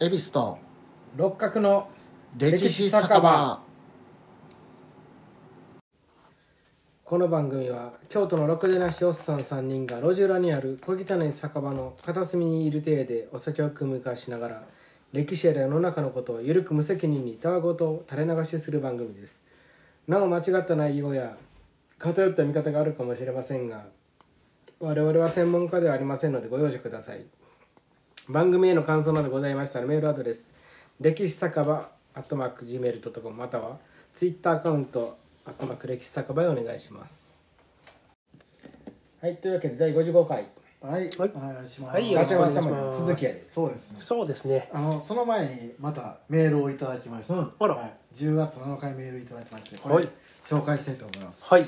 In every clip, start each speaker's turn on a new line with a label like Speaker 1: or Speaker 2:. Speaker 1: 恵比寿と
Speaker 2: 六角の
Speaker 1: 歴史酒場
Speaker 2: この番組は京都のろくでなしおっさん3人が路地裏にある小汚い酒場の片隅にいる体でお酒を組み交わしながら歴史や世の中のことをゆるく無責任にたわごとを垂れ流しする番組ですなお間違った内容や偏った見方があるかもしれませんが我々は専門家ではありませんのでご容赦ください番組への感想などございましたらメールアドレス歴史酒場アットマーク Gmail.com またはツイッターアカウントアットマーク歴史酒場へお願いしますはいというわけで第55回
Speaker 1: はい、
Speaker 3: はい
Speaker 1: お願いします、
Speaker 3: はい
Speaker 2: ガチャガチ
Speaker 3: お願いし
Speaker 2: ャ
Speaker 3: ます
Speaker 2: 続きやで
Speaker 1: そうですね
Speaker 3: そうですね。
Speaker 1: あのその前にまたメールをいただきました、
Speaker 3: うんあら
Speaker 1: はい、10月7日にメールいただきましてこれ、
Speaker 3: はい
Speaker 1: 紹介したいと思います、
Speaker 3: はい。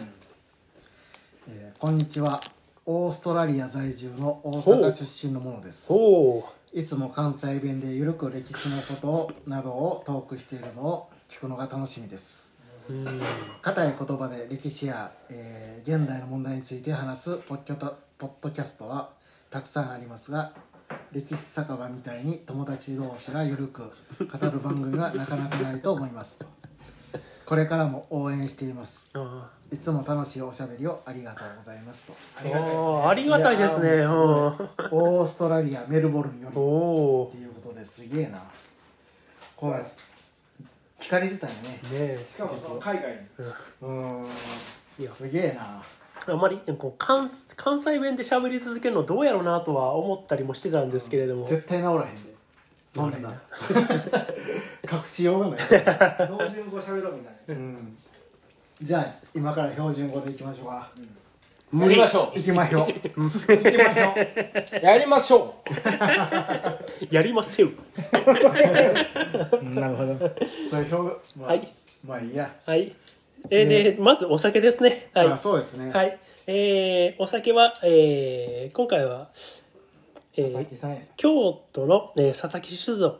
Speaker 1: えーこんにちはオーストラリア在住の大阪出身のものです
Speaker 3: おお。
Speaker 1: いつも関西弁でゆるく歴史のことをなどをトークしているのを聞くのが楽しみです
Speaker 3: うん。
Speaker 1: 硬い言葉で歴史や、えー現代の問題について話すポッキョタポッドキャストはたくさんありますが歴史酒場みたいに友達同士がゆるく語る番組はなかなかないと思いますとこれからも応援しています
Speaker 3: あ
Speaker 1: いつも楽しいおしゃべりをありがとうございますと
Speaker 3: ーあー、ありがたいですね。
Speaker 1: い
Speaker 3: うん
Speaker 1: やーもうすごいオーストラリアメルボルンより
Speaker 3: お
Speaker 1: っ
Speaker 3: お
Speaker 1: て。いうことですげえなこれ聞かれてたよね
Speaker 3: ねえ。
Speaker 2: しかもその海 外に
Speaker 1: うーん
Speaker 3: いや
Speaker 1: すげえな
Speaker 3: あまりこう関関西弁で喋り続けるのどうやろうなとは思ったりもしてたんですけれども。
Speaker 1: 絶対治らへんでそんな 隠しようがない、
Speaker 2: 標準語喋ろうみたいな
Speaker 1: うん、じゃあ今から標準語でいきましょうか
Speaker 2: やりましょ
Speaker 1: いきまひょいきまひょ
Speaker 2: うやりましょ
Speaker 3: やりません。
Speaker 2: うなる ほど
Speaker 1: それ標まあ、
Speaker 3: はい
Speaker 1: まあいいや、
Speaker 3: はい。えー、で、まずお酒ですね。はい。
Speaker 1: あそうですね、
Speaker 3: はい。えー、お酒は、えー、今回は、え
Speaker 2: 佐々
Speaker 3: ー
Speaker 2: 木、さんや
Speaker 3: 京都の、えー、佐々木酒造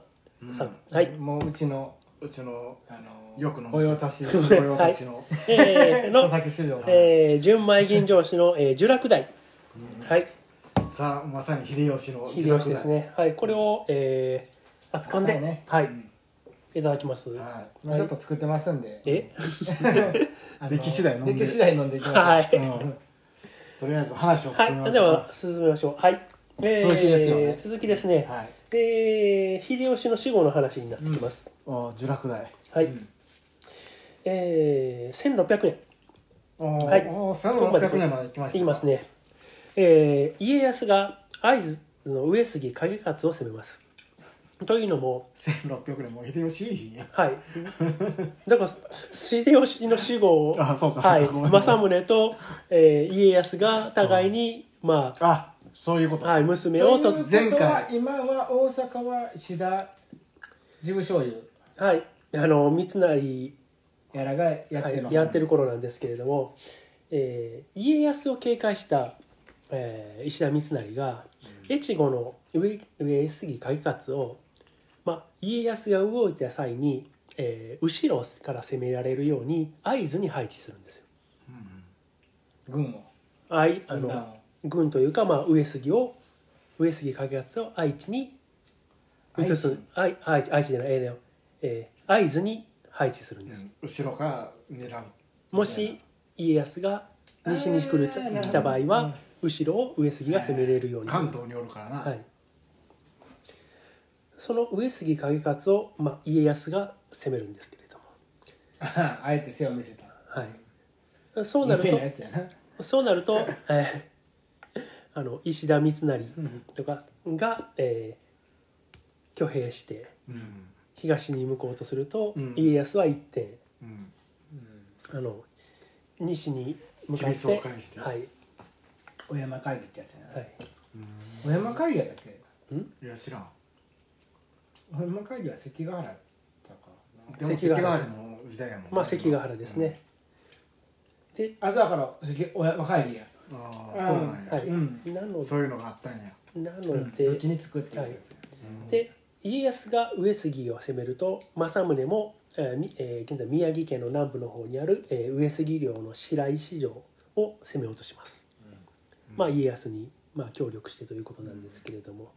Speaker 3: さん。はい。
Speaker 2: もううちの
Speaker 1: うちの
Speaker 2: あの
Speaker 1: よくの
Speaker 2: 御用達です
Speaker 1: 御用達の、
Speaker 3: えー、
Speaker 2: 佐
Speaker 3: の、
Speaker 2: 々木酒造さん
Speaker 3: えー、純米吟醸酒の、えー、聚楽台。はい。
Speaker 1: さあまさに秀吉の
Speaker 3: 秀吉ですね。はい、これを、えー、扱ん
Speaker 2: 扱
Speaker 3: で、
Speaker 2: いね
Speaker 3: はい、いただきます。
Speaker 1: 時代は
Speaker 2: まあちょっと作ってますんで
Speaker 3: え、
Speaker 2: あの
Speaker 1: 出来次第飲んで
Speaker 2: 出来次第飲んでいきましょう
Speaker 3: はい、
Speaker 1: い、うん、とりあえず話を進め
Speaker 3: は
Speaker 1: ま
Speaker 3: い、
Speaker 1: し
Speaker 3: で
Speaker 1: ょうか
Speaker 3: は進めましょう。はい。えー
Speaker 1: 続きですよね
Speaker 3: 続きですね。
Speaker 1: はい
Speaker 3: えー秀吉の死後の話になってきます。
Speaker 1: お聚楽大
Speaker 3: はい。えー、千六百年。
Speaker 1: お、
Speaker 3: はい
Speaker 1: お1600年まで行きました
Speaker 3: 言いますね。えー、家康が会津の上杉景勝を攻めます。というのも、
Speaker 1: 1600年もう秀吉いい日や
Speaker 3: はい。だから秀吉の死後
Speaker 1: あそうか
Speaker 3: はい、
Speaker 1: そうかごめんごめん
Speaker 3: 政宗と、えー家康が互いに、ま
Speaker 1: あそういうこと、
Speaker 3: あ、はい、娘
Speaker 2: と
Speaker 3: を
Speaker 2: いう
Speaker 3: と
Speaker 2: こと
Speaker 1: 前
Speaker 2: は
Speaker 1: 回
Speaker 2: 今は大阪は石田事務所有
Speaker 3: はい、あの三成
Speaker 2: やらがやってる
Speaker 3: はいやってる頃なんですけれども、えー家康を警戒した、えー石田三成が越後の上上杉景勝を、まあ、家康が動いた際に、えー後ろから攻められるように会津に配置するんですよ。
Speaker 2: 軍を
Speaker 3: はい、あの、
Speaker 2: 軍団を
Speaker 3: 軍というか、まあ、上杉を上杉景勝を愛知に移す愛知愛知愛知じゃないええねえー会津に配置するんです、
Speaker 1: 後ろから狙う
Speaker 3: もし家康が西に来る
Speaker 1: あーなるほど
Speaker 3: 来た場合は、後ろを上杉が攻めれるように、
Speaker 1: 関東におるからな、
Speaker 3: はい、その上杉景勝を、まあ、家康が攻めるんですけれども、
Speaker 2: ああえて背を見せた
Speaker 3: はい、そうなる
Speaker 2: 有名
Speaker 3: と
Speaker 2: なやつやな
Speaker 3: そうなると、えー あの石田三成とかが、えー挙兵して
Speaker 1: うん
Speaker 3: 東に向こうとすると、
Speaker 1: うん
Speaker 3: 家康は一点
Speaker 1: うん
Speaker 3: あの西に向かっ
Speaker 1: 厳しさを
Speaker 3: て
Speaker 1: 返して
Speaker 3: はい
Speaker 2: 小山会議ってやつやな
Speaker 3: はい、
Speaker 1: うん
Speaker 2: 小山会議やったっけ
Speaker 1: いや知らん
Speaker 2: 小山会議は関ヶ原とか
Speaker 1: でも関
Speaker 3: 関ヶ
Speaker 1: ヶ
Speaker 3: 原
Speaker 1: 原の時代やもんね
Speaker 3: まあ関ヶ原ですね、で、
Speaker 2: あだから関小山会議や
Speaker 1: ああそうなんや、
Speaker 3: はい
Speaker 2: うん
Speaker 3: なの
Speaker 1: そういうのがあったんや
Speaker 3: な
Speaker 2: うん
Speaker 3: ので、
Speaker 2: どっちにつくっていうやつや
Speaker 3: で家康が上杉を攻めると政宗も、えーみえー現在宮城県の南部の方にある、えー上杉領の白石城を攻め落とします、まあ、家康に、まあ、協力してということなんですけれども、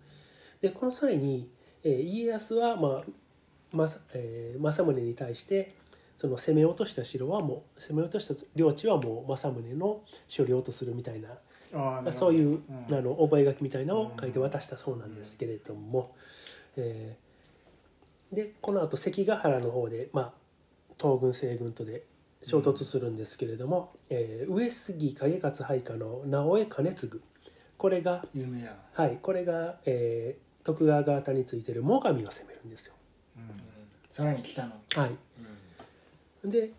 Speaker 3: でこの際に、えー家康は、まあまさえー政宗に対してその攻め落とした城はもう攻め落とした領地はもう政宗の所領とするみたいな
Speaker 1: ああなるほど
Speaker 3: そういう、
Speaker 1: ん
Speaker 3: あの覚書きみたいなのを書いて渡したそうなんですけれども、えーでこのあと関ヶ原の方で、まあ、東軍西軍とで衝突するんですけれども、えー上杉景勝配下の直江兼次これが、
Speaker 1: 有名や、
Speaker 3: はい、これが、えー徳川側についてる最上が攻めるんですよ。
Speaker 1: うん、
Speaker 2: さらに来たの
Speaker 3: はい、で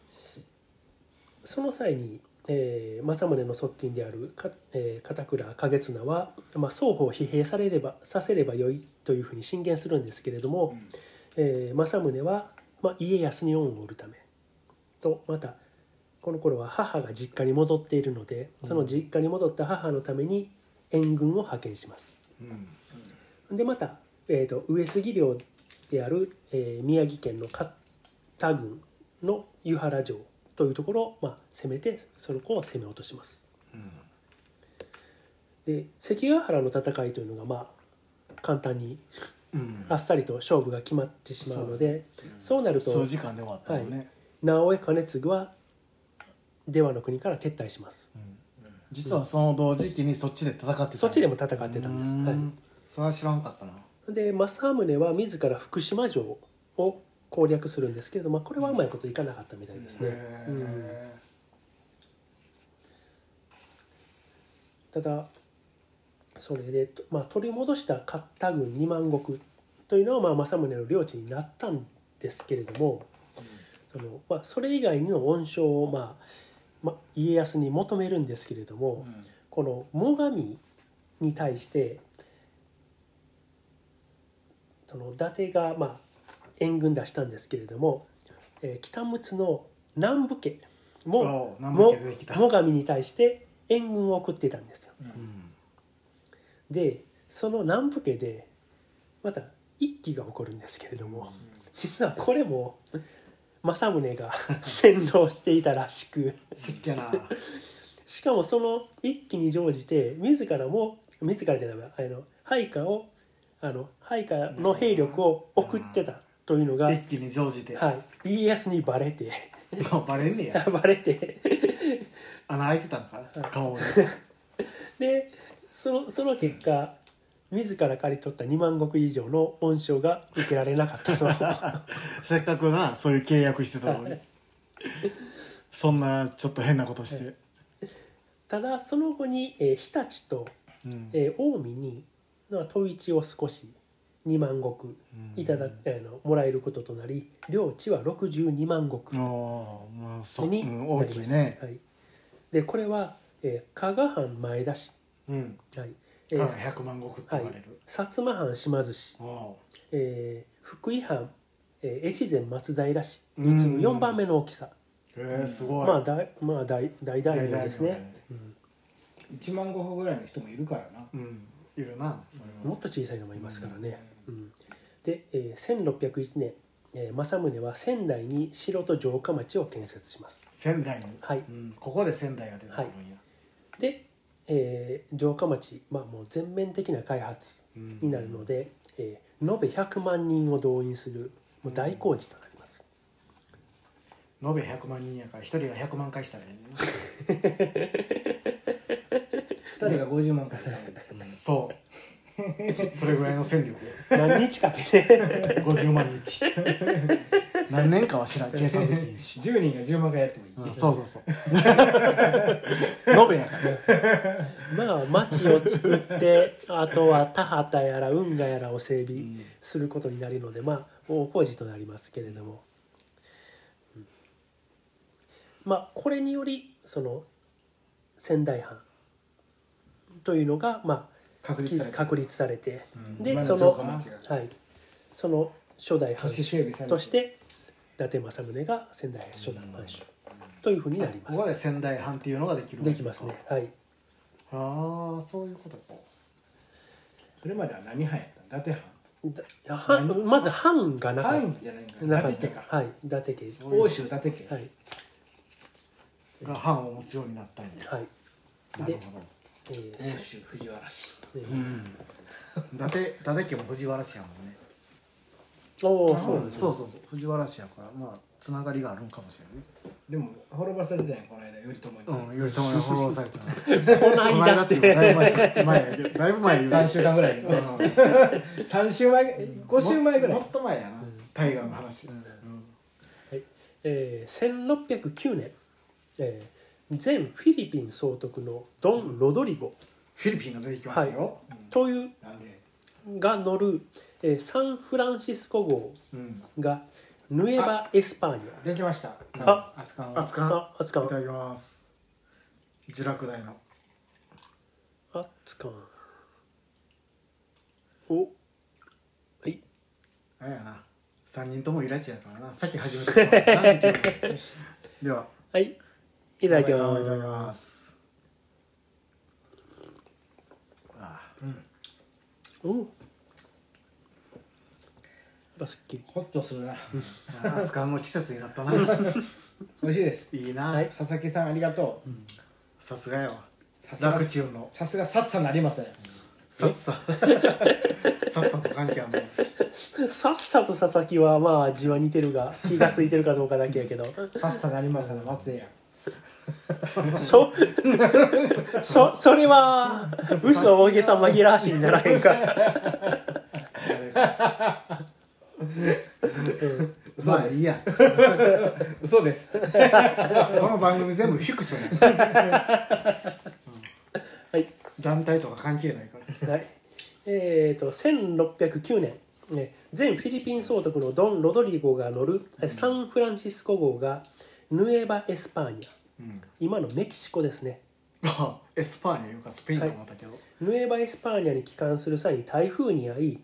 Speaker 3: その際に、えー政宗の側近であるか、えー片倉景綱は、まあ、双方疲弊されればさせればよいというふうに進言するんですけれども、
Speaker 1: ん
Speaker 3: えー政宗は、まあ、家康に恩を売るためとまたこの頃は母が実家に戻っているのでその実家に戻った母のために援軍を派遣します。
Speaker 1: うん
Speaker 3: でまた、えー、と上杉領である、えー宮城県の勝田郡の湯原城というところを、まあ、攻めてその子を攻め落とします
Speaker 1: うん
Speaker 3: で関ヶ原の戦いというのがまあ簡単に
Speaker 1: うん
Speaker 3: あっさりと勝負が決まってしまうのでそう,、なると
Speaker 1: 数時間で終わったもんね、
Speaker 3: 直江兼次は出羽の国から撤退します
Speaker 1: うん、実はその同時期にそっちで戦ってたんや
Speaker 3: そっちでも戦ってた
Speaker 1: うんん
Speaker 3: です、はい、
Speaker 1: それは知らんかったな
Speaker 3: で政宗は自ら福島城を攻略するんですけれどもこれはうまいこといかなかったみたいです
Speaker 1: へ
Speaker 3: ね、
Speaker 1: え
Speaker 3: ただそれで、とまあ、取り戻した勝田軍2万石というのは、まあ、政宗の領地になったんですけれども、そのまあ、それ以外の恩賞を、まあまあ、家康に求めるんですけれども、この最上に対してその伊達がまあ援軍出したんですけれども、えー北陸の南部家も
Speaker 1: おう南部家出てきた
Speaker 3: も最上に対して援軍を送っていたんですよ。
Speaker 1: うん
Speaker 3: でその南部家でまた一揆が起こるんですけれども、実はこれも政宗が 先導していたらしく。
Speaker 1: しっけな
Speaker 3: しかもその一気に乗じて自らも自らじゃないわあの配下をあの配下の兵力を送ってたというのが、
Speaker 1: 一気に乗じて、
Speaker 3: はい、家康にバレて
Speaker 1: もうバレんねや
Speaker 3: バレて
Speaker 1: 穴開いてたんかな顔で
Speaker 3: でそのその結果自ら借り取った2万石以上の恩賞が受けられなかったと
Speaker 1: せっかくなそういう契約してたのにそんなちょっと変なことして、
Speaker 3: ただその後に、えー日立と、
Speaker 1: うん
Speaker 3: えー近江にまあ統一を少し2万石いただあのもらえることとなり領地は62万石
Speaker 1: おーもうそ、う
Speaker 3: に
Speaker 1: ん、大きいね、
Speaker 3: はい、でこれは、えー加賀藩前田市、
Speaker 1: うん、
Speaker 3: はいえ
Speaker 1: た
Speaker 3: ー
Speaker 1: だ100万石って言われる、
Speaker 3: 薩摩藩島津市、
Speaker 1: お
Speaker 3: えー福井藩、えー越前松平市に次ぐ4番目の大きさ、
Speaker 1: うへえすごい、
Speaker 3: まあ大まあ大大大名です
Speaker 1: 大大名だ
Speaker 3: ね
Speaker 1: ね、
Speaker 3: うん
Speaker 2: 1万個ぐらいの人もいるからな
Speaker 1: うんいるなそれは、
Speaker 3: もっと小さいのもいますからね、うんで、えー1601年、えー政宗は仙台に城と城下町を建設します
Speaker 1: 仙台に、
Speaker 3: はい
Speaker 1: うん、ここで仙台が出てくるんや、
Speaker 3: で、えー城下町、まあ、もう全面的な開発
Speaker 1: うん
Speaker 3: になるので、えー延べ100万人を動員するもう大工事となります、
Speaker 1: 延べ100万人やから1人が100万回したらえ
Speaker 2: 2人が50万回したの
Speaker 1: え ねんそう それぐらいの戦力
Speaker 3: 何日かけて
Speaker 1: 50万日何年かは知らん計算できへんし、
Speaker 2: 10人が10万回やってもいい、
Speaker 1: うん、そうそう そう延べやから
Speaker 3: まあ町を作ってあとは田畑やら運河やらを整備
Speaker 1: ん
Speaker 3: することになるので、まあ大工事となりますけれども、うんまあこれによりその仙台藩というのがまあ
Speaker 2: 確立されて
Speaker 3: 確立されて、
Speaker 2: うん
Speaker 3: で
Speaker 2: 今の
Speaker 3: そ
Speaker 2: 城
Speaker 3: の
Speaker 2: 下町が
Speaker 3: はい、その初代藩
Speaker 2: 年
Speaker 3: 主
Speaker 2: 整備され
Speaker 3: として伊達政宗が仙台初代藩主というふうになりま
Speaker 1: ここで仙台藩っていうのができる
Speaker 3: す。できますね。はい。
Speaker 1: ああそういうことか
Speaker 2: それまでは何藩やったんだ伊達
Speaker 3: だいや藩まず藩がな
Speaker 2: 藩
Speaker 3: かっ
Speaker 2: 藩じゃないん
Speaker 3: た。
Speaker 2: か
Speaker 3: な
Speaker 2: 伊
Speaker 3: かっ
Speaker 2: 達家
Speaker 3: た。
Speaker 2: か
Speaker 3: はい。伊達家。
Speaker 1: そう
Speaker 2: 欧州伊達家、
Speaker 3: はい。
Speaker 1: が藩を持つようになったんや
Speaker 3: はい。
Speaker 1: なる
Speaker 3: で、
Speaker 1: ほど
Speaker 3: えー
Speaker 2: 欧州藤原氏
Speaker 1: うん伊達伊達家も藤原氏やもんね
Speaker 3: おおそうなんです
Speaker 1: そうそうそう藤原氏やからまあつながりがあるんかもし
Speaker 2: でも滅ばされてたやんこの間頼朝
Speaker 1: れ
Speaker 2: に、
Speaker 1: ないねうん頼朝にフォローされたな こ
Speaker 3: この
Speaker 1: の間
Speaker 3: 間
Speaker 1: っ
Speaker 3: ってて
Speaker 1: いうだいぶ前でしょ前やけどだいぶ前で言う
Speaker 2: 3週間ぐらいでね
Speaker 1: うん
Speaker 2: 3週前5週前ぐらい
Speaker 1: もっと前やな大河の話うん
Speaker 3: はいえー、1609年、えー前フィリピン総督のドン・ロドリゴ
Speaker 1: フィリピンが出てきましたよ
Speaker 3: という
Speaker 2: なんで
Speaker 3: が乗る、えーサンフランシスコ号
Speaker 1: うん
Speaker 3: がヌエバ・エスパーニ
Speaker 2: できました
Speaker 3: あ
Speaker 2: あすかん
Speaker 1: 熱
Speaker 3: ア
Speaker 1: 燗
Speaker 3: あ扱
Speaker 1: いた
Speaker 3: う
Speaker 1: だきます自落大の
Speaker 3: 扱うおはい
Speaker 1: あれやな3人ともイラチやからなさっき始めてしまったなできるでは
Speaker 3: はいい
Speaker 1: い
Speaker 3: ただき
Speaker 1: いただき
Speaker 3: ま
Speaker 1: ますああうん
Speaker 3: すおやっぱすっきり
Speaker 2: ホッとするな
Speaker 1: 熱燗の季節になったな
Speaker 2: 美味しいです
Speaker 1: いいな、
Speaker 3: はい
Speaker 2: 佐々木さんありがとう
Speaker 1: さすがやわ
Speaker 2: さすが
Speaker 1: 楽チューの
Speaker 2: さすがさっさなりません
Speaker 1: さっささっさと関係あんの
Speaker 3: さっさと佐々木はまあ字は似てるが気がついてるかどうかだけやけど
Speaker 2: さっさなりませんの松江やん
Speaker 3: そ そそれは嘘大げさ紛らわしにならへんから、うん
Speaker 1: まあいいや
Speaker 2: 嘘です
Speaker 1: この番組全部フィクションやから
Speaker 3: はい
Speaker 1: 団体とか関係ないから
Speaker 3: はい、えー、と1609年、ね、前フィリピン総督のドン・ロドリゴが乗るえサンフランシスコ号がヌエバ・エスパーニャ
Speaker 1: うん
Speaker 3: 今のメキシコですね
Speaker 1: あエスパーニャいうかスペインかもだけど、
Speaker 3: ヌエバ・エスパーニャに帰還する際に台風に遭い、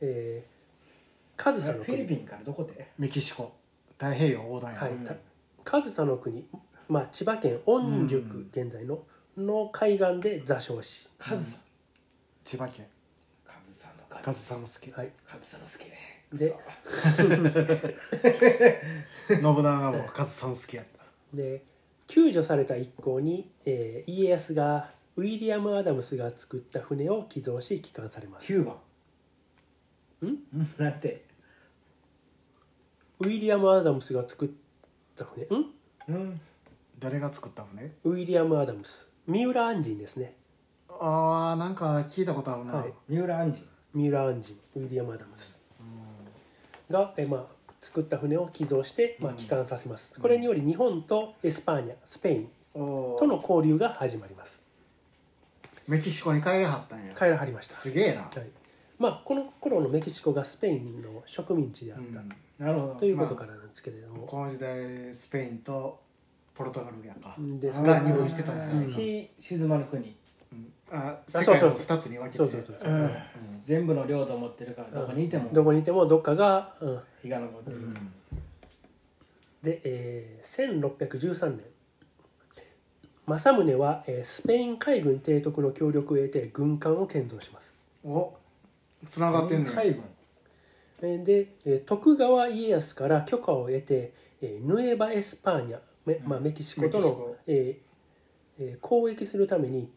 Speaker 3: えー、カズ
Speaker 2: フ
Speaker 3: サの
Speaker 2: ィリ
Speaker 3: 国
Speaker 2: ピンからどこで
Speaker 1: メキシコ太平洋横断やな、
Speaker 3: はい、たカズサの国、まあ、千葉県御宿現在の、の海岸で座礁し、
Speaker 2: カズさん
Speaker 1: 千葉県
Speaker 2: カズさんのカ
Speaker 1: 上
Speaker 2: ズ
Speaker 1: 総介
Speaker 3: はい、
Speaker 2: カズさんの好きね
Speaker 3: で
Speaker 2: くそ
Speaker 1: 信長も上総介やった
Speaker 3: で救助された一行に、えー家康がウィリアム・アダムスが作った船を寄贈し帰還されます
Speaker 2: 9番
Speaker 3: ん
Speaker 2: なんて
Speaker 3: ウィリアム・アダムスが作った船ん
Speaker 2: うん
Speaker 1: 誰が作ったのね
Speaker 3: ウィリアム・アダムス三浦按針ですね
Speaker 1: あーなんか聞いたことあるな、
Speaker 3: はい
Speaker 2: 三浦安治
Speaker 3: 三浦按針ウィリアム・アダムスが、えーまあ、作った船を寄贈して、まあ、
Speaker 1: うん
Speaker 3: 帰還させます、これにより日本とエスパーニャスペイン
Speaker 1: おー
Speaker 3: との交流が始まります
Speaker 1: メキシコに帰れはったんや
Speaker 3: 帰らはりました、
Speaker 1: すげえな、
Speaker 3: はいまあ、この頃のメキシコがスペインの植民地であ
Speaker 1: う
Speaker 3: った、
Speaker 1: ん
Speaker 2: なるほど
Speaker 3: ということからなんですけれども、
Speaker 1: この時代スペインとポルトガルやんか、
Speaker 3: です
Speaker 1: が
Speaker 3: ね
Speaker 1: 二分してた時代
Speaker 2: うん非静まる国
Speaker 1: うんあ
Speaker 3: そう
Speaker 1: 世
Speaker 3: そう
Speaker 1: 界を二つに分けて
Speaker 3: そうそうそう、
Speaker 1: うん
Speaker 2: 全部の領土を持ってるからどこにいても
Speaker 3: どこにいてもどっかが、うん、
Speaker 2: 日が昇ってる
Speaker 1: うん
Speaker 3: で、えー、1613年政宗は、えースペイン海軍提督の協力を得て軍艦を建造します、
Speaker 1: おつながってんねん
Speaker 2: 海軍
Speaker 3: えーで、えー徳川家康から許可を得て、えーヌエバ・エスパーニャメ,、まあ、メキシコ
Speaker 1: メ
Speaker 3: と
Speaker 1: キシ
Speaker 3: の
Speaker 1: コ、
Speaker 3: えーえー交易するために、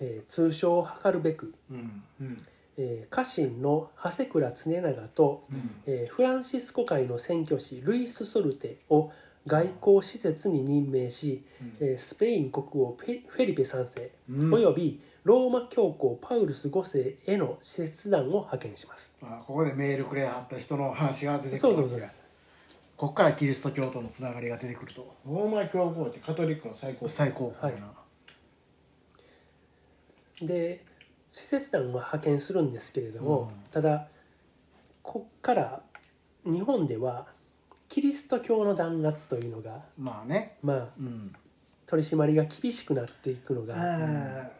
Speaker 3: えー通商を図るべく、
Speaker 1: うん
Speaker 2: うん
Speaker 3: えー家臣の長谷倉常長と
Speaker 1: うん
Speaker 3: えーフランシスコ会の宣教師ルイス・ソルテを外交使節に任命し、えースペイン国王フェフェリペ3世
Speaker 2: うん
Speaker 3: およびローマ教皇パウルス5世への使節団を派遣します。
Speaker 1: あここでメールくれはった人の話が出てく
Speaker 3: そう
Speaker 1: る
Speaker 3: そ
Speaker 1: わ
Speaker 3: う
Speaker 1: け
Speaker 3: そう
Speaker 1: やこっからキリスト教とのつながりが出てくると
Speaker 2: ローマ教皇ってカトリックの最高
Speaker 1: 最高峰やな、
Speaker 3: で使節団は派遣するんですけれども、
Speaker 1: うん
Speaker 3: ただこっから日本ではキリスト教の弾圧というのが
Speaker 1: まあね
Speaker 3: まあ
Speaker 1: うん
Speaker 3: 取り締まりが厳しくなっていくのが
Speaker 2: あ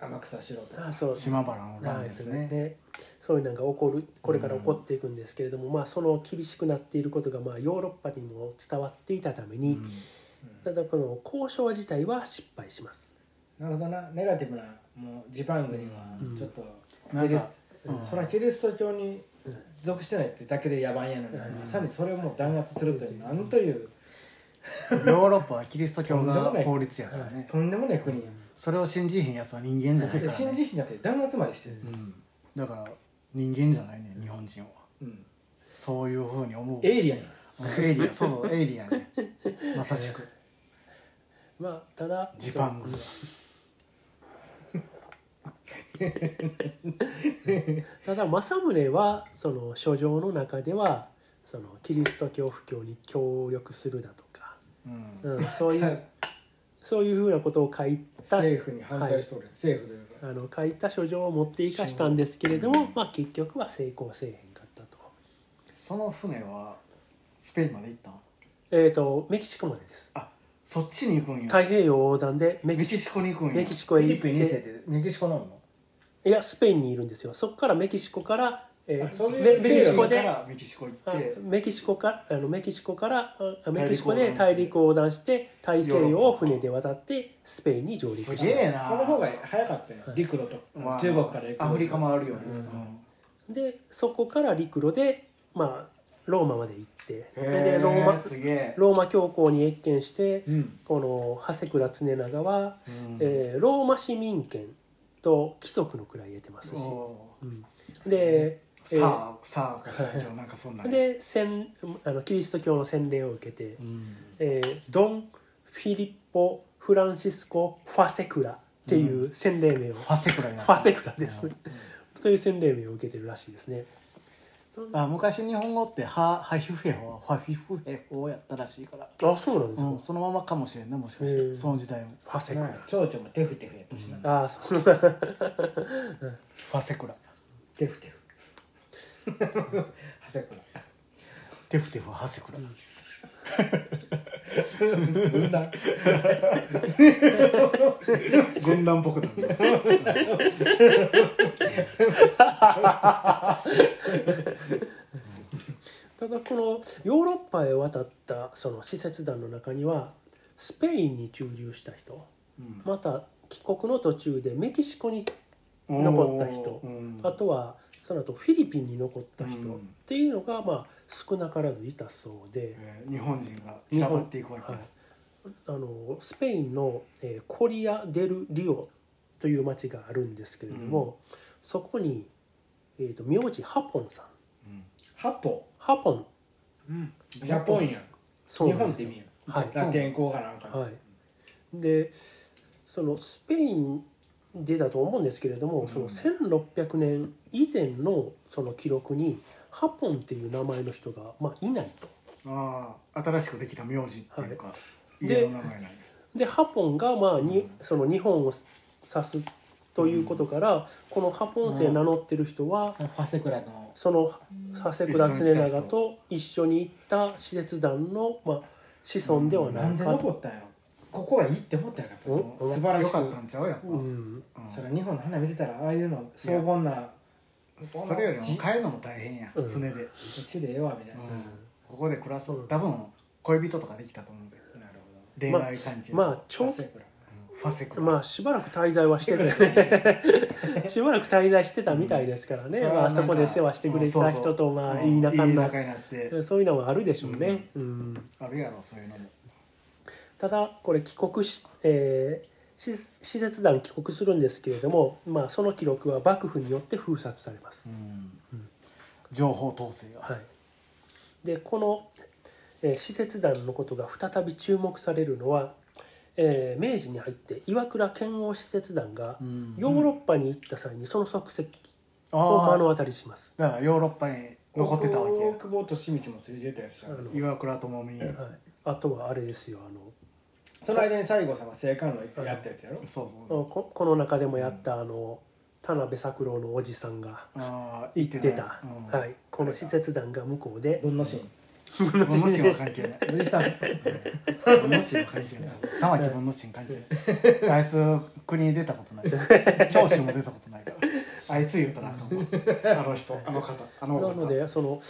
Speaker 2: あ天草四郎と
Speaker 3: あそう
Speaker 1: 島原の乱ですね、
Speaker 3: そういうのが起こるこれから起こっていくんですけれども、まあその厳しくなっていることがまあヨーロッパにも伝わっていたため
Speaker 1: う
Speaker 3: に、
Speaker 1: ん
Speaker 3: ただこの交渉自体は失敗します。
Speaker 2: なるほどなネガティブなもうジパングには
Speaker 3: うん
Speaker 2: ちょっと、
Speaker 1: なん
Speaker 2: キリ
Speaker 1: か
Speaker 2: ス
Speaker 1: うん
Speaker 2: それはキリスト教に属してないってだけで野蛮やのに、
Speaker 3: うん
Speaker 2: まさにそれをもう弾圧するというなんという
Speaker 1: ヨーロッパはキリスト教が法律やからね
Speaker 2: とんでもない国や、
Speaker 1: それを信じへんやつは人間じゃない
Speaker 2: い
Speaker 1: か
Speaker 2: や
Speaker 1: ら、
Speaker 2: 信
Speaker 1: ね
Speaker 2: じしなくて弾圧までしてる、
Speaker 1: うん、だから人間じゃないね日本人は
Speaker 2: うん、
Speaker 1: そういうふうに思う
Speaker 2: エイリアンや
Speaker 1: エイリアンそうそうエイリアンねまさしく
Speaker 3: まあただ
Speaker 1: ジパング
Speaker 3: ただ政宗はその書状の中ではそのキリスト教布教に協力するだとか、
Speaker 1: うん
Speaker 3: うん、そういうそういうふうなことを書いた
Speaker 2: 政府に反対しとる、政府というか
Speaker 3: あの書いた書状を持っていかしたんですけれども、まあ、結局は成功せえへんかったと,、
Speaker 1: その船はスペインまで行ったん
Speaker 3: えー、とメキシコまでです
Speaker 1: あそっちに行くんや
Speaker 3: 太平洋横断でメ
Speaker 1: メ
Speaker 3: キ
Speaker 1: キ
Speaker 3: シ
Speaker 1: シコに行くんや
Speaker 3: メキシコ
Speaker 2: フ
Speaker 3: へ
Speaker 2: ィリ
Speaker 3: 行っ
Speaker 2: ピン2世っててメキシコなの
Speaker 3: いやスペインにいるんですよそこからメキシコから、え
Speaker 2: あ
Speaker 3: ー
Speaker 2: そうい
Speaker 3: メ
Speaker 2: う
Speaker 3: メキシコ
Speaker 1: か
Speaker 3: で
Speaker 1: らメキシコ行
Speaker 3: あ
Speaker 1: って
Speaker 3: メキシコからあのメキシコからあメキシコ
Speaker 1: 大陸横断し
Speaker 3: で
Speaker 1: て
Speaker 3: 大陸横断して大西洋
Speaker 1: ヨー
Speaker 3: を
Speaker 1: ロッパ
Speaker 3: 船で渡ってスペインに上陸
Speaker 1: す
Speaker 3: し
Speaker 1: げ
Speaker 3: た
Speaker 1: えな
Speaker 2: その方が早かったよ陸路と、
Speaker 1: まあ
Speaker 2: 中国から行く
Speaker 1: アフリカもあるよね
Speaker 2: うん
Speaker 3: でそこから陸路で、まあ、ローマまで行って
Speaker 1: うん
Speaker 3: で
Speaker 1: へ
Speaker 3: ローマ
Speaker 1: えすげえ
Speaker 3: ローマ教皇に謁見して
Speaker 2: うん
Speaker 3: この長谷倉常長は、
Speaker 1: うん
Speaker 3: えーローマ市民権と貴族の位得てますし、
Speaker 1: お
Speaker 3: うんで、え
Speaker 1: ー
Speaker 3: ー
Speaker 1: さあさあかしらけどなんかそんなんや
Speaker 3: で洗あのキリスト教の洗礼を受けて、
Speaker 1: うん
Speaker 3: えードン・フィリッポ・フランシスコ・ファセクラっていう洗礼名を、
Speaker 1: フ
Speaker 3: フ
Speaker 1: ァセクラになった
Speaker 3: ァセクラです、
Speaker 1: うん
Speaker 3: という洗礼名を受けてるらしいですね
Speaker 1: あ昔日本語ってハハヒフヘホはファフィフヘホやったらしいから、
Speaker 3: あそうなんです
Speaker 1: う
Speaker 3: か、
Speaker 1: ん、そのままかもしれんねもしかし
Speaker 3: へ
Speaker 1: て
Speaker 3: え
Speaker 1: その時代も
Speaker 3: ファセク
Speaker 2: な
Speaker 3: ラ、
Speaker 2: んか蝶々もテフテフやったしな、
Speaker 3: あそうフ
Speaker 1: ファセクラ
Speaker 2: テフテフ 長谷倉
Speaker 1: テフテフハセクラ、
Speaker 2: 分断
Speaker 1: 軍団っぽくなる
Speaker 3: ただこのヨーロッパへ渡ったその使節団の中にはスペインに駐留した人
Speaker 1: うん
Speaker 3: また帰国の途中でメキシコに
Speaker 1: おー
Speaker 3: 残った人
Speaker 1: うん
Speaker 3: あとはその後フィリピンに残った人
Speaker 1: うん
Speaker 3: っていうのがまあ少なからずいたそうで、
Speaker 1: えー日本人が散らばっていくわけ
Speaker 3: は
Speaker 1: だ
Speaker 3: い、あのスペインの、えーコリア・デル・リオという町があるんですけれども、そこに、えー、と名字ハポンさん
Speaker 1: うん
Speaker 2: 八歩
Speaker 3: ハポン
Speaker 2: ジャポンやん
Speaker 3: そ
Speaker 2: 日
Speaker 3: うな
Speaker 2: 本
Speaker 3: ん
Speaker 2: っ
Speaker 3: で
Speaker 2: て意
Speaker 3: すよ
Speaker 2: 味やん、
Speaker 3: はい
Speaker 2: ラテン語かなんか、
Speaker 3: はい、でそのスペインでだと思うんですけれども、
Speaker 1: うん
Speaker 3: その1600年以前のその記録にハポンっていう名前の人が、まあ、いないと。
Speaker 1: ああ新しくできた名字っていうか、
Speaker 3: い
Speaker 1: 家の名前なんや
Speaker 3: でハポンが、まあ、にその日本を指すということから、このハポン姓名乗ってる人は、
Speaker 2: ファセクラの
Speaker 3: その長谷倉常長と一緒に行った使節団の、まあ、子孫ではな
Speaker 2: なんで
Speaker 3: かった。
Speaker 2: 残ったんやろここがいいって思ったんやろ
Speaker 3: お
Speaker 2: 素晴らし
Speaker 1: よ
Speaker 2: く
Speaker 1: かったんちゃうやっぱ、
Speaker 3: う
Speaker 1: うん
Speaker 3: ん
Speaker 2: それ日本の花見てたらああいうの荘厳な
Speaker 1: それよりも
Speaker 2: じ
Speaker 1: 帰るのも大変や、
Speaker 3: うん
Speaker 1: 船で、
Speaker 2: うちでええわみたいな、
Speaker 1: うんここで暮らそう多分恋人とかできたと思うんだよ
Speaker 2: なるほど
Speaker 1: 恋愛関係、
Speaker 3: まあ長
Speaker 2: ファ
Speaker 3: 期
Speaker 2: セクラ
Speaker 1: ファセクラ、
Speaker 3: まあしばらく滞在はして
Speaker 2: ファセクラ
Speaker 3: たしばらく滞在してたみたいですからね、
Speaker 1: それは
Speaker 3: まあ
Speaker 1: なん
Speaker 3: そ
Speaker 1: か
Speaker 3: こで世話してくれてた人とまあいい仲
Speaker 1: うん
Speaker 3: に
Speaker 1: いい
Speaker 3: なっ
Speaker 1: 仲になって
Speaker 3: そういうのはあるでしょうね、うん
Speaker 1: あるやろそういうのも
Speaker 3: ただこれ帰国し,、えーし使節団帰国するんですけれども、まあ、その記録は幕府によって封殺されます、
Speaker 1: うん情報統制が、
Speaker 3: はい、でこの、えー、使節団のことが再び注目されるのは、えー明治に入って岩倉遣欧使節団が
Speaker 1: うん
Speaker 3: ヨーロッパに行った際にその足跡を
Speaker 1: あ
Speaker 3: 目
Speaker 1: あ
Speaker 3: の当たりします。
Speaker 1: だからヨーロッパに残ってたわけや
Speaker 2: 大久保利通も連れてたやつ
Speaker 3: あの
Speaker 1: 岩倉智美、
Speaker 3: はい、あとはあれですよあの
Speaker 2: その間に西郷さんが青函路いっぱいやったやつやろ
Speaker 1: そうそう
Speaker 3: ここの中でもやった、あの田辺作郎のおじさんが
Speaker 1: ああ言ってた
Speaker 3: 出
Speaker 1: や
Speaker 3: た、
Speaker 1: つうん
Speaker 3: はい、この使節団が向こうで
Speaker 2: 文のシーン
Speaker 1: 文之進は関係ない
Speaker 2: おじさん
Speaker 1: 文之進は関係ない玉木文之進関係ないあいつ国に出たことないから長州も出たことないからあいつ言うたらあかんわあの人あの方あの
Speaker 3: な
Speaker 1: 方
Speaker 3: のでその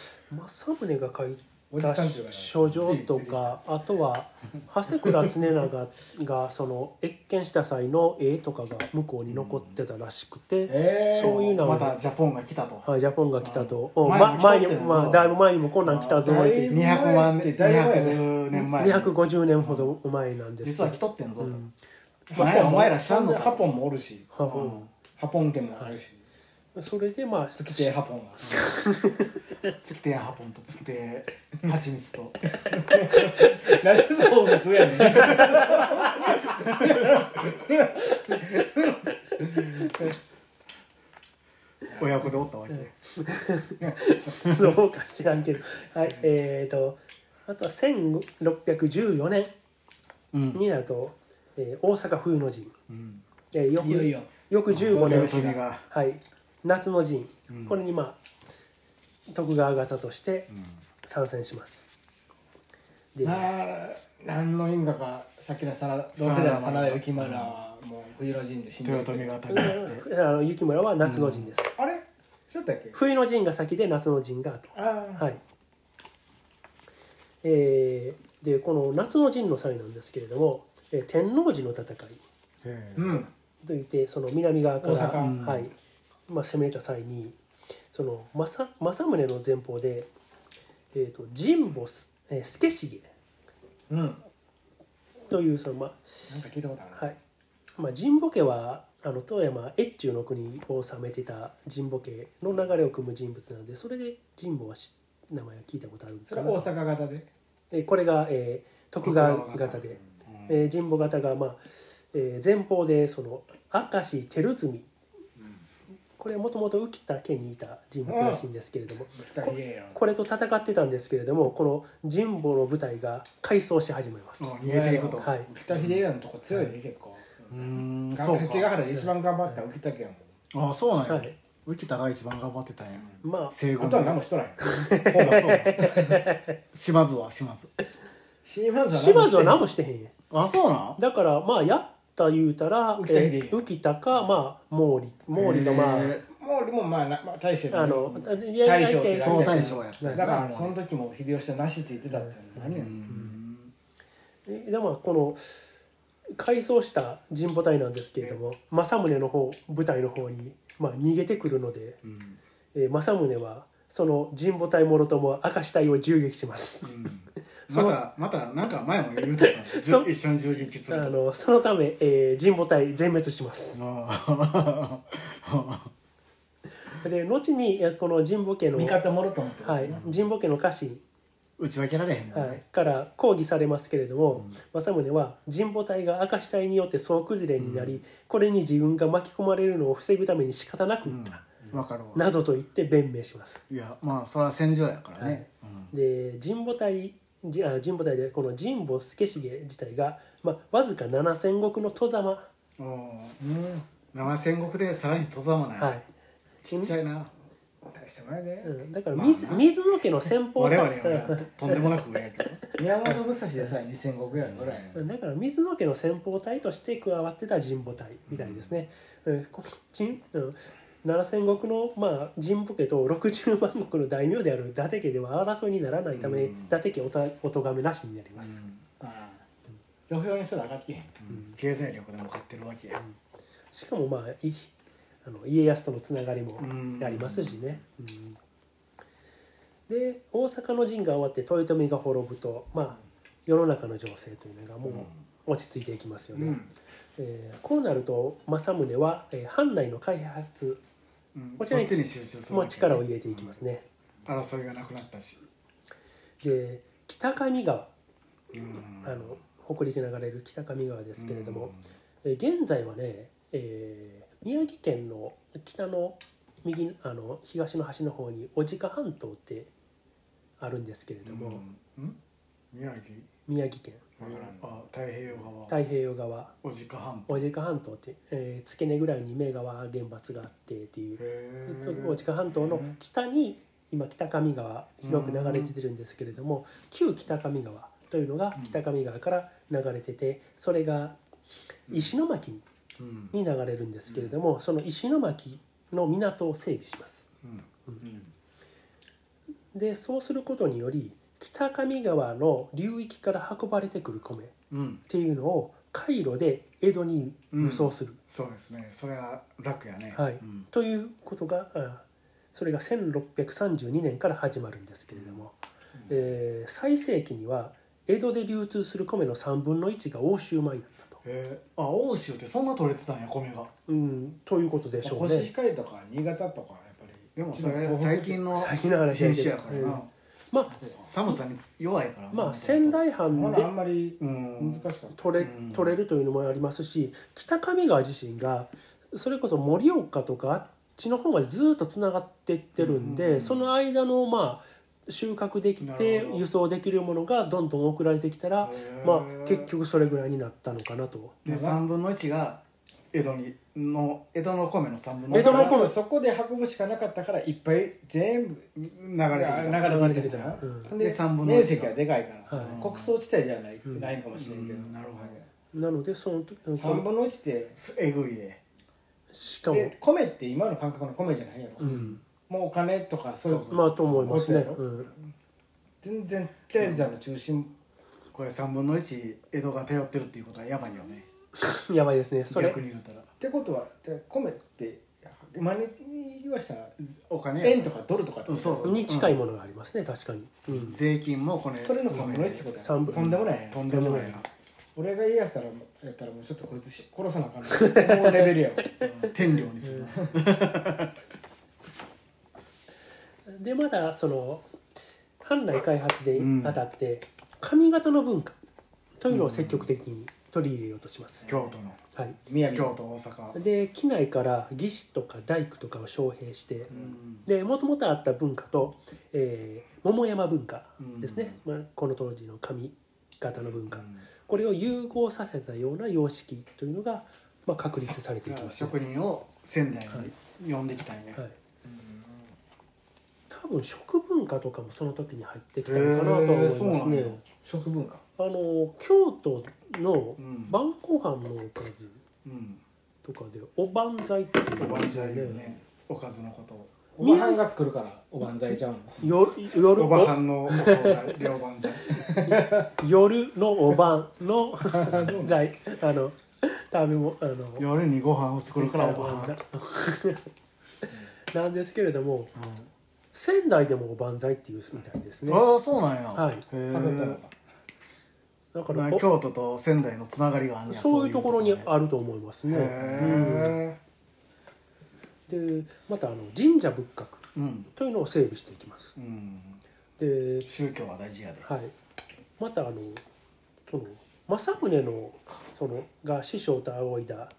Speaker 3: 政宗が書い
Speaker 2: おじさんっていうか
Speaker 3: た書状とかあとは長谷倉常長がその謁見した際の絵とかが向こうに残ってたらしくて、
Speaker 2: ええ
Speaker 3: そういうの
Speaker 1: ま
Speaker 3: は
Speaker 1: たジャポンが来たと
Speaker 3: はい、ジャポンが来たと、
Speaker 1: うん
Speaker 3: うん
Speaker 1: 前も
Speaker 3: ま
Speaker 1: 来
Speaker 3: 前
Speaker 1: たって
Speaker 3: に、
Speaker 1: のは
Speaker 3: まあ、だいぶ前にもこんなん来たぞっ
Speaker 2: あだ
Speaker 3: て
Speaker 2: いぶ
Speaker 1: 200万
Speaker 2: 前ってだいぶ前ね
Speaker 1: 200年前
Speaker 3: 250年ほど前なんです
Speaker 1: 実は来とってんぞと、
Speaker 3: うん
Speaker 1: お前らお前ら知らんの
Speaker 2: ハ
Speaker 1: か
Speaker 2: ポンもおるし
Speaker 3: は
Speaker 1: うん
Speaker 3: は
Speaker 2: ハポン家もあるし
Speaker 3: それでまあ
Speaker 2: 月亭ハポ ンが
Speaker 1: 月亭ハポンと月亭ハチミツと
Speaker 2: 何でそう普通やねん
Speaker 1: 親子でおったわけで、
Speaker 3: そうか知らんけどはいえー、とあとは1614年
Speaker 1: うん
Speaker 3: になると、えー大阪冬の陣、
Speaker 1: うん、
Speaker 3: えー、よく
Speaker 2: いよいよ
Speaker 3: 翌15
Speaker 1: 豊
Speaker 3: 年
Speaker 1: 臣が、
Speaker 3: はい、夏の陣、
Speaker 1: うん
Speaker 3: これにまあ徳川方として
Speaker 1: うん、
Speaker 3: 参戦しますで
Speaker 2: まあ何の因果かさっきのさら同世代の真田幸村はもう冬の陣で死んで
Speaker 1: 豊臣が戦って
Speaker 3: あの雪村は夏の陣です、
Speaker 2: あれそうだったっけ
Speaker 3: 冬の陣が先で夏の陣が後
Speaker 2: ああ
Speaker 3: はいえーでこの夏の陣の際なんですけれども、えー天王寺の戦い
Speaker 1: ええ
Speaker 2: うん
Speaker 3: といってその南側から
Speaker 2: 大阪
Speaker 3: はいまあ、攻めた際にその政政宗の前方で、えー、と神保す、えー、助重
Speaker 2: うんなん
Speaker 3: というその、まあ
Speaker 2: か聞いたことあるな
Speaker 3: はいまあ、神保家はあの富山越中の国を治めてた神保家の流れを組む人物なのでそれで神保はし名前は聞いたことあるんです
Speaker 2: そ
Speaker 3: か
Speaker 2: れ
Speaker 3: な
Speaker 2: 大阪型で
Speaker 3: でこれが、えー徳川方で、
Speaker 1: うん
Speaker 3: えー神保方が、まあえー前方でその明石照積これはもともと浮田家にいた人物らしいんですけれども
Speaker 2: 来たら言えよ
Speaker 3: これと戦ってたんですけれどもこの神保の部隊が改装し始めます。
Speaker 1: もう逃げていくと、
Speaker 3: はい
Speaker 2: 北秀家のとこ強いね結構
Speaker 1: うーんそう
Speaker 2: 関ヶ
Speaker 1: か
Speaker 2: 原で一番頑張った浮田家やも
Speaker 1: あそうなんや、
Speaker 3: はい
Speaker 1: 浮田が一番頑張ってたんや
Speaker 3: まあ
Speaker 1: 西
Speaker 2: んあ
Speaker 1: 軍
Speaker 2: と
Speaker 1: で
Speaker 2: は何もしとらんよ
Speaker 1: あ そう島津は島津
Speaker 2: 島津
Speaker 3: 島津
Speaker 2: は何
Speaker 3: は何
Speaker 2: も
Speaker 3: も
Speaker 2: し
Speaker 3: してへんやん
Speaker 1: あそうなん
Speaker 3: だからまあやった言うたら
Speaker 2: 浮田秀
Speaker 3: え
Speaker 2: 家
Speaker 3: ー浮田かまあ毛利毛利がまあ
Speaker 1: へえ
Speaker 2: てんもうもうまあなまあ大して
Speaker 3: あのや
Speaker 2: 大将って
Speaker 3: や
Speaker 1: 総大将やった
Speaker 2: だ
Speaker 1: よな
Speaker 2: からその時も秀吉はなしついてたっていうのは何や
Speaker 1: う
Speaker 2: ねん
Speaker 1: ん
Speaker 3: えでもこの改装した神保隊なんですけれども政宗の方部隊の方に、まあ、逃げてくるので、
Speaker 1: うん
Speaker 3: えー政宗はその神保隊もろとも明石隊を銃撃します
Speaker 1: うんま
Speaker 3: その
Speaker 1: たまたなんか前も言うてたのじ
Speaker 3: そ
Speaker 1: ゅ一緒に銃撃す
Speaker 3: あ
Speaker 1: ると
Speaker 3: のそのため、えー神保隊全滅します
Speaker 1: ああ
Speaker 3: で後にえーこの神保家の、
Speaker 2: 味方もろと思って
Speaker 3: はい、神保家の家臣、
Speaker 1: 打ち分けられへんの
Speaker 3: はい
Speaker 1: ね、
Speaker 3: から抗議されますけれども、政宗は神保隊が明石隊によって総崩れになり、これに自分が巻き込まれるのを防ぐために仕方なく
Speaker 1: う
Speaker 3: 撃っ
Speaker 1: ん
Speaker 3: た、
Speaker 1: わかるわ
Speaker 3: などと言って弁明します
Speaker 1: いやまあそれは戦場やからねうん
Speaker 3: で神保隊じあ神保隊でこの神保助重自体が、まあ、わずか7,000石の外様、
Speaker 1: おー
Speaker 2: うん
Speaker 1: 生戦国でさらに戸ざまない、
Speaker 3: はい
Speaker 1: ちっちゃいな
Speaker 2: 大した前で
Speaker 3: うん、だから
Speaker 1: まあ
Speaker 3: 水,、
Speaker 1: な
Speaker 3: 水野家の先方
Speaker 1: 我々
Speaker 3: た
Speaker 1: はととんでもなく上やけど
Speaker 2: 宮本武蔵でさえ2 0 0ぐらいのぐらいやね
Speaker 3: うんだから水野家の先方隊として加わってた神保隊みたいですね、うんこ神うん7,000石の、まあ、神保家と60万石の大名である伊達家では争いにならないため、
Speaker 1: うん
Speaker 3: 伊達家おたお咎めなしになり
Speaker 1: う
Speaker 3: ます、
Speaker 1: ん
Speaker 2: ああ土俵に人ら上がってへん
Speaker 1: うん経済力でも買ってるわけや
Speaker 3: しかもまあいあの家康とのつながりも
Speaker 1: うん
Speaker 3: ありますしね、うんで大阪の陣が終わって豊臣が滅ぶと、まあ、世の中の情勢というのがもう落ち着いていきますよね、えーこうなると政宗は、えー藩内の開発
Speaker 1: うん
Speaker 3: こち
Speaker 1: そ
Speaker 3: ら
Speaker 1: っ
Speaker 3: に
Speaker 1: ちに集中する
Speaker 3: も
Speaker 1: わけや
Speaker 3: 力を入れていきますね、
Speaker 1: 争いがなくなったし、
Speaker 3: で北上川
Speaker 1: うん
Speaker 3: あの北陸流れる北上川ですけれども、
Speaker 1: うん
Speaker 3: えー現在はね、えー宮城県の北の右あの東の端の方に小値賀半島ってあるんですけれども、
Speaker 1: うんん宮城、
Speaker 3: 宮城県
Speaker 1: あ太平洋側
Speaker 3: 太平洋側
Speaker 1: 小値賀半島
Speaker 3: 小値賀半島って、えー付け根ぐらいに目川原発があってっていう
Speaker 1: へー
Speaker 3: 大塚半島の北に今北上川広く流れてるんですけれども旧北上川というのが北上川から流れててそれが石巻に
Speaker 1: うん
Speaker 3: 流れるんですけれどもその石巻の港を整備します。
Speaker 1: うん
Speaker 3: でそうすることにより北上川の流域から運ばれてくる米っ
Speaker 1: うん
Speaker 3: ていうのを回路で江戸に輸送する
Speaker 1: そうですねそれは楽やね
Speaker 3: はい
Speaker 1: うん
Speaker 3: ということがあそれが1632年から始まるんですけれども、えー最盛期には江戸で流通する米の3分の1が欧州米だったと
Speaker 1: えー、あ欧州ってそんな取れてたんや米が
Speaker 3: うん、ということでしょ
Speaker 2: コ
Speaker 3: う
Speaker 2: シヒ
Speaker 3: ね。
Speaker 2: カリとか新潟とかやっぱり
Speaker 1: でもそれ最近の
Speaker 3: 最近の話
Speaker 1: 品
Speaker 3: やけ
Speaker 1: 種
Speaker 3: ど
Speaker 1: やからな、
Speaker 3: まあ、
Speaker 1: 寒さに弱いから
Speaker 3: まあ、仙台
Speaker 2: ま
Speaker 3: 藩
Speaker 2: だあ
Speaker 3: で
Speaker 2: んまり
Speaker 1: うん
Speaker 2: 難しかった、
Speaker 3: 取れ
Speaker 1: うん
Speaker 3: 取れるというのもありますし北上川自身がそれこそ盛岡とかあっちの方までずっとつながっていってるんで、
Speaker 1: うん
Speaker 3: その間のまあ収穫でき
Speaker 1: な
Speaker 3: て
Speaker 1: るほど
Speaker 3: 輸送できるものがどんどん送られてきたら、
Speaker 1: へー
Speaker 3: まあ、結局それぐらいになったのかなと。
Speaker 1: で3分の1が江戸にの江戸の米の3分の1
Speaker 3: 江戸の
Speaker 2: で
Speaker 3: 米
Speaker 2: もそこで運ぶしかなかったからいっぱい全部流
Speaker 1: 流れてきた
Speaker 2: 流れてきたな
Speaker 3: う
Speaker 1: で三分の一が
Speaker 2: 面積はでかいから、
Speaker 3: はい
Speaker 2: 国葬地帯ではない,、
Speaker 3: ん
Speaker 2: ないんかもしれんけど、
Speaker 1: うんなるほど
Speaker 3: なのでその時
Speaker 2: 3分の1って
Speaker 1: えぐいで
Speaker 3: しかも
Speaker 2: で、米って今の感覚の米じゃないやろ、
Speaker 3: うん、
Speaker 2: もうお金とかそういう
Speaker 1: そう
Speaker 3: まあと思いますね
Speaker 2: こ。う
Speaker 3: うん
Speaker 2: 全然経済の中心
Speaker 1: これ3分の1江戸が頼ってるっていうことはやばいよね
Speaker 3: やばいですね。それ
Speaker 1: 逆に言うたら
Speaker 2: ってことはで米って前に言わしたら
Speaker 1: お金
Speaker 2: 円とかドルとかってこと
Speaker 1: そう
Speaker 3: に近いものがありますね、確かに。うん、
Speaker 1: 税金もこれ
Speaker 2: それの3分の1ってことや
Speaker 3: 三分
Speaker 2: とんでもないやん
Speaker 1: とんでもないな
Speaker 2: 俺が言いやしたらやったらもうちょっとこいつし殺さなあかんなこのレベルやわ
Speaker 1: 天領にするな
Speaker 3: でまだその藩内開発で
Speaker 1: うん
Speaker 3: 当たって髪型の文化というのを積極的に取り入れようとします、
Speaker 1: 京都の
Speaker 3: はい、
Speaker 2: 宮城
Speaker 1: 京都大阪
Speaker 3: で畿内から義士とか大工とかを招聘して
Speaker 1: うん
Speaker 3: でもともとあった文化と、えー桃山文化ですね、まあ、この当時の髪型の文化これを融合させたような様式というのが、まあ、確立されていきます、ね
Speaker 1: 職人を仙台に呼んできたんや
Speaker 3: はい、
Speaker 1: うん
Speaker 3: 多分食文化とかもその時に入ってきたのかなとは思います
Speaker 1: へーそうなん
Speaker 3: ね、
Speaker 1: や
Speaker 2: 食文化
Speaker 3: あの京都の
Speaker 1: うん
Speaker 3: 晩ご飯のおかず
Speaker 1: うん
Speaker 3: とかでおばんざいっていう
Speaker 1: お
Speaker 3: のが
Speaker 1: ば
Speaker 3: ある
Speaker 1: ん
Speaker 3: んです
Speaker 1: ざ
Speaker 3: よ
Speaker 1: いよ
Speaker 3: ね
Speaker 1: ねおかずのことを
Speaker 2: おばはんが作るからおばんざいちゃうの
Speaker 3: よ夜
Speaker 1: おばはんのお惣菜両ばんざい
Speaker 3: 夜のおばん の ざいあの食べ物あ の
Speaker 1: 夜にご飯を作るからおばはん、うん、
Speaker 3: なんですけれども仙台でもおばんざいっていうみたいですね
Speaker 1: ああそうなんや、
Speaker 3: はい
Speaker 1: へ
Speaker 2: 食べたの
Speaker 1: え
Speaker 2: か
Speaker 3: だからお
Speaker 1: 京都と仙台のつながりがあんねや
Speaker 3: そういうところに
Speaker 1: そういうと
Speaker 3: あると思います
Speaker 1: こ
Speaker 3: ね
Speaker 1: ね、へ
Speaker 3: うんでまたあの神社仏閣
Speaker 1: えうん、
Speaker 3: というのを整備していきます
Speaker 1: うん、
Speaker 3: で
Speaker 1: 宗教は大事やで
Speaker 3: はい、またあのその政宗のそのが師匠と仰いだ、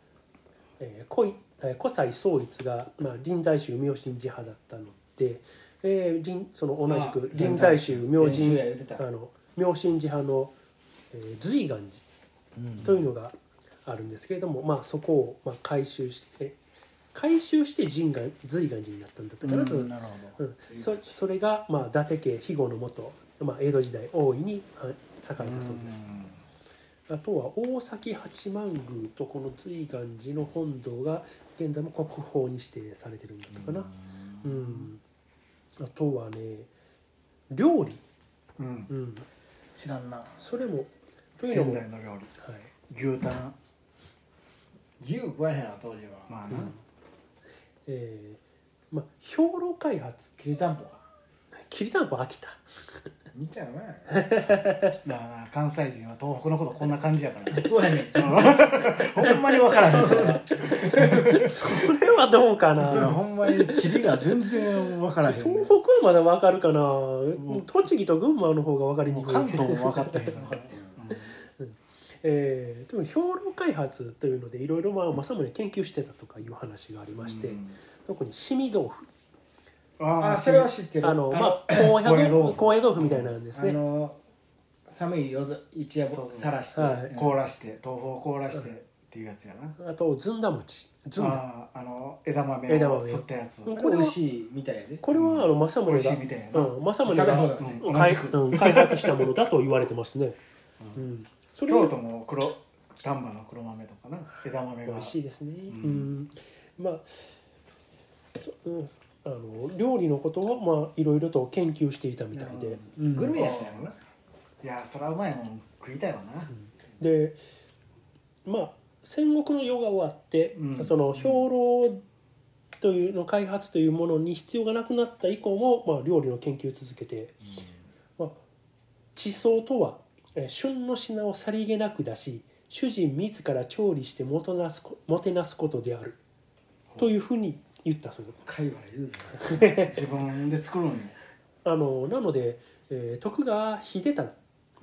Speaker 3: えー、古いえー古才宗一が、まあ、臨済宗明神寺派だったので、えー、臨その同じく
Speaker 2: あ
Speaker 3: 臨済宗明
Speaker 2: 前週
Speaker 3: 神
Speaker 2: や言ってた
Speaker 3: あの明神寺派の、えー、随願寺というのがあるんですけれども、まあ、そこを、まあ、改修して改修して神願随願寺になったんだったかなと
Speaker 1: うん、なるほど
Speaker 3: うんそそれが、まあ、伊達家肥後のもと、まあ、江戸時代大いにあ栄えたそうです、あとは大崎八幡宮とこの瑞願寺の本堂が現在も国宝に指定されてるんだったかなうん、あとはね料理、
Speaker 1: うん、うん
Speaker 3: うん、
Speaker 2: 知らんな
Speaker 3: それもというの
Speaker 1: 仙
Speaker 3: も、は
Speaker 1: 台の
Speaker 3: い、
Speaker 1: 料理牛タン
Speaker 2: 牛食わへんな当時は、
Speaker 1: まあな、
Speaker 3: うんえーまあ兵糧開発
Speaker 2: きりたんぽか
Speaker 3: きりたんぽ飽きた
Speaker 2: 見ちゃうな
Speaker 1: だからな関西人は東北のことこんな感じやからな
Speaker 2: そうやねん
Speaker 1: ほんまに分からへんからい
Speaker 3: それはどうかな
Speaker 1: やほんまに地理が全然分からへん
Speaker 3: 東北はまだわかるかな、栃木と群馬の方がわかり
Speaker 1: も
Speaker 3: に
Speaker 1: う
Speaker 3: くい、
Speaker 1: 関東も分かってへんから
Speaker 3: えー、でも兵糧開発というのでいろいろまあ政宗研究してたとかいう話がありまして、
Speaker 1: うん
Speaker 3: 特にしみ豆腐
Speaker 1: あ
Speaker 2: あ
Speaker 1: あ
Speaker 2: それは知ってる
Speaker 3: あのまあ高
Speaker 1: 高野
Speaker 3: 野豆
Speaker 1: 豆
Speaker 3: 腐
Speaker 1: 腐
Speaker 3: 高野豆腐みたいなんです
Speaker 2: あ
Speaker 3: ね
Speaker 2: の寒い夜ざ一夜
Speaker 1: そうそう
Speaker 2: さらして、
Speaker 3: はい
Speaker 1: 凍らして豆腐を凍らしてっていうやつやな
Speaker 3: あとずんだ餅ずんだ
Speaker 1: あーあの枝豆を
Speaker 3: 枝豆を
Speaker 1: 吸ったやつ、
Speaker 3: うん
Speaker 2: これ美味しいみたいで
Speaker 3: これはあの政
Speaker 1: 美味し
Speaker 3: 宗
Speaker 1: い
Speaker 3: が
Speaker 1: みたいやな、
Speaker 3: うん、
Speaker 2: 食
Speaker 3: 政宗
Speaker 2: べ放
Speaker 3: が
Speaker 2: 題ね
Speaker 1: うん
Speaker 3: 開
Speaker 1: 同じく
Speaker 3: うん開発したものだと言われてま すね、うんそれ
Speaker 1: 京都も黒丹波の黒豆とかな枝豆
Speaker 3: 美
Speaker 1: が
Speaker 3: 味しいですね。う
Speaker 1: うん
Speaker 3: ん、まあ、そうん、あの料理のことをまあいろいろと研究していたみたいで、うん
Speaker 2: グルメやったんやろない
Speaker 1: やそらうまいもん食いたいわな、
Speaker 3: で、まあ戦国の世が終わって、
Speaker 1: うん
Speaker 3: その兵糧というの開発というものに必要がなくなった以降もまあ料理の研究を続けて、まあ地層とはえー旬の品をさりげなく出し主人自ら調理してもとなすこもてなすことであるというふうに言ったそうです
Speaker 2: 界隈言うぞ
Speaker 1: 自分で作るんよ
Speaker 3: あのなので、えー徳川秀忠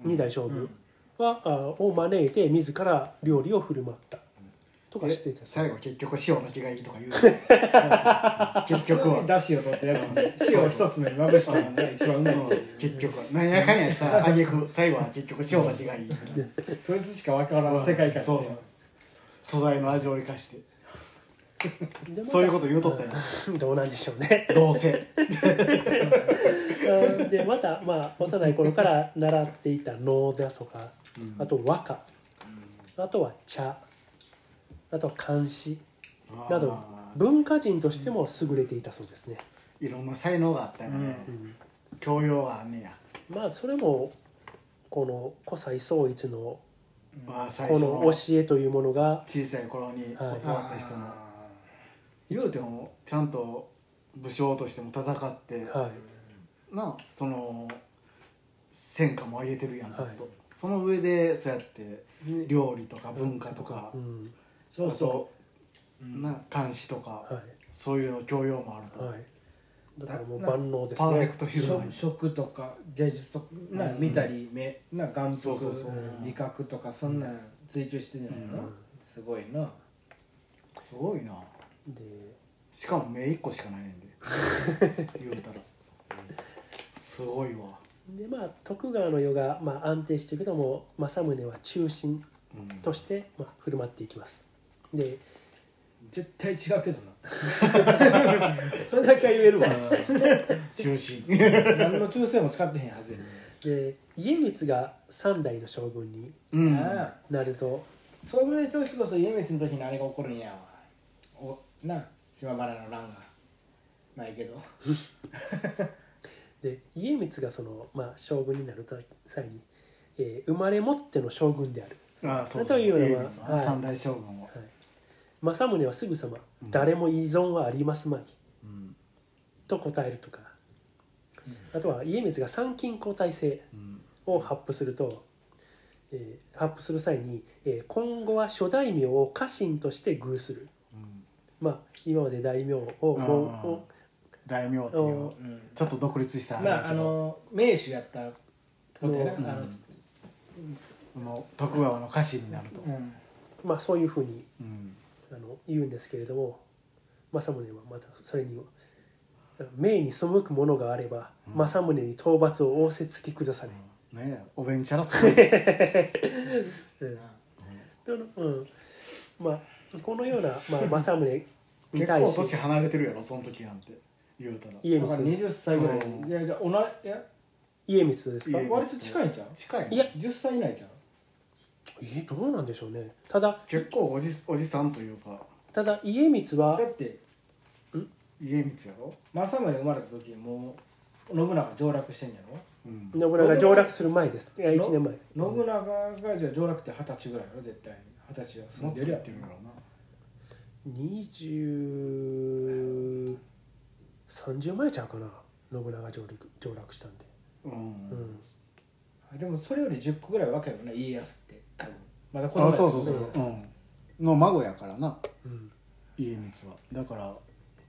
Speaker 3: 二代将軍は、あを招いて自ら料理を振る舞ったとかして
Speaker 1: で
Speaker 3: た
Speaker 1: 最後結局塩抜きがいいとか言う 結局は
Speaker 2: だしを取ったやつね塩を一つ目にまぶしたのが一番うまいっていう
Speaker 1: 結局はなんやかんやしたあげく最後は結局塩抜きがいい
Speaker 2: そいつしか分からん世界観
Speaker 1: そう
Speaker 2: でしょ
Speaker 1: 素材の味を生かして
Speaker 3: で
Speaker 1: そういうこと言うとったよ
Speaker 3: うんどうなんでしょうね
Speaker 1: どうせ
Speaker 3: うんでまた、まあ、幼い頃から習っていた能だとかあと和歌あとは茶あとは漢詩など
Speaker 1: あー
Speaker 3: 文化人としても優れていたそうですね、
Speaker 1: いろんな才能があったよね
Speaker 3: うん
Speaker 1: 教養があんねや
Speaker 3: まあそれもこの古才宗一の
Speaker 1: まあ最
Speaker 3: こ
Speaker 1: 初
Speaker 3: の
Speaker 1: の
Speaker 3: 教
Speaker 1: 小
Speaker 3: えというものが
Speaker 1: さい頃に教
Speaker 3: は
Speaker 1: わ
Speaker 3: い
Speaker 1: った人の言うてもちゃんと武将としても戦って
Speaker 3: はい
Speaker 1: なその戦果も上げてるやんずっと、
Speaker 3: はい
Speaker 1: その上でそうやって
Speaker 3: ね
Speaker 1: 料理とか文化とか、
Speaker 3: うん
Speaker 2: そうそ
Speaker 1: あとな監視とか、
Speaker 3: は
Speaker 1: そういうの教養もある
Speaker 3: い
Speaker 1: と、
Speaker 3: はいだからもう万能です
Speaker 1: パーフェ
Speaker 3: ね
Speaker 1: クト
Speaker 2: う
Speaker 1: ヒューマン
Speaker 2: 食食とか芸術とかな
Speaker 1: うん
Speaker 2: 見たり目な眼
Speaker 1: そう
Speaker 2: 福
Speaker 1: そうそう
Speaker 2: 味覚とかそんなん追求してんじゃないの
Speaker 1: うん
Speaker 2: すごいな
Speaker 1: すごいな
Speaker 3: で
Speaker 1: しかも目一個しかないねんで 言うたらすごいわ、
Speaker 3: でまあ徳川の世がまあ安定していくのも政宗は中心
Speaker 1: うん、
Speaker 3: としてまあ振る舞っていきますで
Speaker 2: 絶対違うけど なそれだけは言えるわ
Speaker 1: 中 心
Speaker 2: 何の中性も使ってへんはずやね
Speaker 3: で家光が三代の将軍に
Speaker 1: うん
Speaker 2: ああ
Speaker 3: なると
Speaker 2: それぐらいの時こそ家光の時にあれが起こるんやわおな島原の乱がまあいいけど
Speaker 3: で家光がその、まあ、将軍になる際に、えー生まれ持っての将軍である、
Speaker 1: ああそう
Speaker 3: というのは
Speaker 1: 家光のな
Speaker 3: はい
Speaker 1: 三大将軍を、
Speaker 3: はい、政宗はすぐさま「
Speaker 1: うん
Speaker 3: 誰も依存はありますまい」
Speaker 1: うん
Speaker 3: と答えるとか、あとは家光が参勤交代制
Speaker 1: うん
Speaker 3: を発布すると、えー発布する際に、えー今後は諸大名を家臣として偶する
Speaker 1: うん、
Speaker 3: まあ今まで大名を
Speaker 1: うん
Speaker 3: を
Speaker 1: 大名っていう
Speaker 3: お
Speaker 2: うん
Speaker 1: ちょっと独立したあれや
Speaker 2: まああ
Speaker 1: けど、
Speaker 2: の名手やったことやな、
Speaker 3: うん
Speaker 2: あの
Speaker 1: この徳川の家臣になると、
Speaker 2: うん
Speaker 3: まあ、そういうふうに
Speaker 1: うん
Speaker 3: あの言うんですけれども政宗はまたそれには命に背くものがあれば、
Speaker 1: うん
Speaker 3: 政宗に討伐を仰せつきくだされ、
Speaker 1: ねえお弁ちゃらす ごいうん
Speaker 3: うんでうんまあ、このような、まあ、政宗に
Speaker 1: 結
Speaker 3: 対
Speaker 1: 構
Speaker 3: し
Speaker 1: 年
Speaker 3: て
Speaker 1: 離れてるやろその時なんて言うたら
Speaker 3: 家
Speaker 2: だから
Speaker 3: 光
Speaker 2: 20歳ぐらい、
Speaker 1: うん
Speaker 2: いやじゃあ同じいや
Speaker 3: 家光ですか
Speaker 1: 家
Speaker 2: 割と近いんちゃう
Speaker 1: 近いね
Speaker 3: いや
Speaker 2: 10歳以内ちゃう
Speaker 3: えどうなんでしょうねただ
Speaker 1: 結構おじおじさんというか
Speaker 3: ただ家光は
Speaker 2: だって
Speaker 1: 家光やろ、
Speaker 2: 政宗生まれた時もう信長が上洛してんじゃ
Speaker 1: うん
Speaker 3: 信長が上洛する前ですいや1年前
Speaker 2: ろ信長がじゃあ上洛って二十歳ぐらいやろ絶対に二十歳は
Speaker 1: も
Speaker 2: 住
Speaker 1: っ
Speaker 2: ん
Speaker 1: と
Speaker 2: でる
Speaker 1: や
Speaker 2: や
Speaker 1: ってるやろな
Speaker 3: 2030前ちゃうかな信長が上陸上洛したんで、
Speaker 1: うん、
Speaker 3: うん、
Speaker 2: ろでもそれより10個ぐらい若いもんな家康って多分まだこの
Speaker 1: あ
Speaker 2: 前
Speaker 1: そうそうそう、うん、の孫やからな
Speaker 3: うん、
Speaker 1: 家光はだから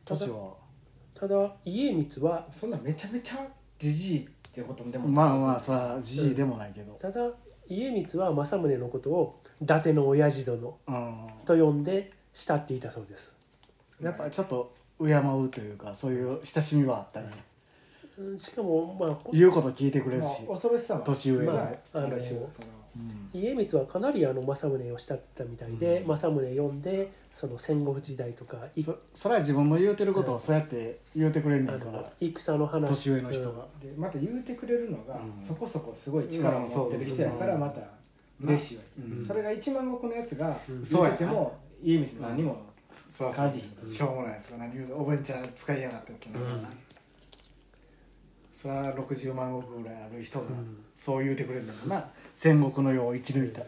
Speaker 1: 年は
Speaker 3: ただ家光は
Speaker 2: そんなめちゃめちゃじじいってこともでも
Speaker 1: まあまあそらじじいでもないけど、
Speaker 3: ただ家光は政宗のことを伊達の親父殿
Speaker 1: うん、
Speaker 3: と呼んで慕っていたそうです、
Speaker 1: やっぱちょっと敬うというかそういう親しみはあったね
Speaker 3: うん、しかもまあこ
Speaker 1: 言うこと聞いてくれるし、
Speaker 2: まあ恐ろしさは
Speaker 1: 年上で、
Speaker 3: まあ
Speaker 2: ある種
Speaker 3: あの
Speaker 2: その
Speaker 1: うん
Speaker 3: 家光はかなりあの政宗を慕ってたみたいで、
Speaker 1: うん
Speaker 3: 政宗呼んでその戦国時代とかい
Speaker 1: そそれは自分の言うてることをそうやって言うてくれんね
Speaker 3: あ
Speaker 1: んか
Speaker 3: の
Speaker 1: ら
Speaker 3: 戦の話
Speaker 1: 年上の人が、
Speaker 2: でまた言うてくれるのが、
Speaker 1: うん
Speaker 2: そこそこすごい力を持ってる人やから
Speaker 1: うん
Speaker 2: また嬉しいわけ、
Speaker 1: うん
Speaker 2: それが一万石のやつが
Speaker 3: うん
Speaker 1: そう
Speaker 2: 言
Speaker 1: や
Speaker 2: うて
Speaker 1: な
Speaker 2: も家光何も
Speaker 1: そら
Speaker 2: 感じ
Speaker 3: うん
Speaker 1: しょうもないですよ何言うてお弁ちゃら使いやがってってなるからな、
Speaker 3: うん
Speaker 1: それは60万石ぐらいある人が
Speaker 3: うん
Speaker 1: そう言うてくれるんだもんな、戦国の世を生き抜いた、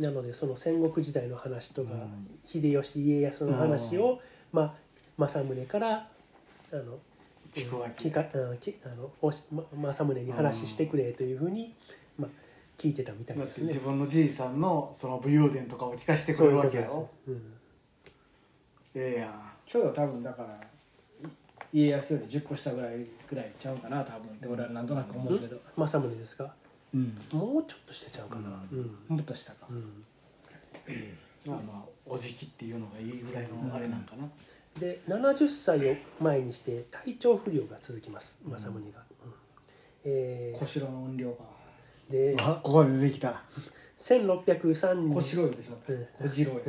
Speaker 3: なのでその戦国時代の話とか、
Speaker 1: うん
Speaker 3: 秀吉家康の話を、まあ、政宗からあの
Speaker 1: 聞くわけ
Speaker 3: 聞かあのきあのおしま政宗に話してくれというふうに、まあ、聞いてたみたい
Speaker 1: だっ
Speaker 3: で
Speaker 1: て
Speaker 3: す
Speaker 1: 自
Speaker 3: ね。
Speaker 1: 分のじいさんのその武勇伝とかを聞かせてくれるわけや
Speaker 3: そういう
Speaker 1: ろ
Speaker 3: ことですね
Speaker 1: ええやん
Speaker 2: ちょうど多分だから家康より10個下ぐらいぐらいちゃうかな多分って俺はなんとなく思
Speaker 3: う。
Speaker 2: うんけど、
Speaker 3: 政宗ですか。
Speaker 2: うん、
Speaker 3: もうちょっとしてちゃうかな。うん。
Speaker 2: もっと下か、
Speaker 3: うん
Speaker 1: まあまあおじきっていうのがいいぐらいのあれなんかな、
Speaker 3: で70歳を前にして体調不良が続きます政宗が、うんえ
Speaker 2: 小四郎の音量が
Speaker 3: ーで
Speaker 1: あここで出てきた
Speaker 3: 1603年
Speaker 2: 小四郎よでしまった
Speaker 3: うん
Speaker 2: 小次郎よ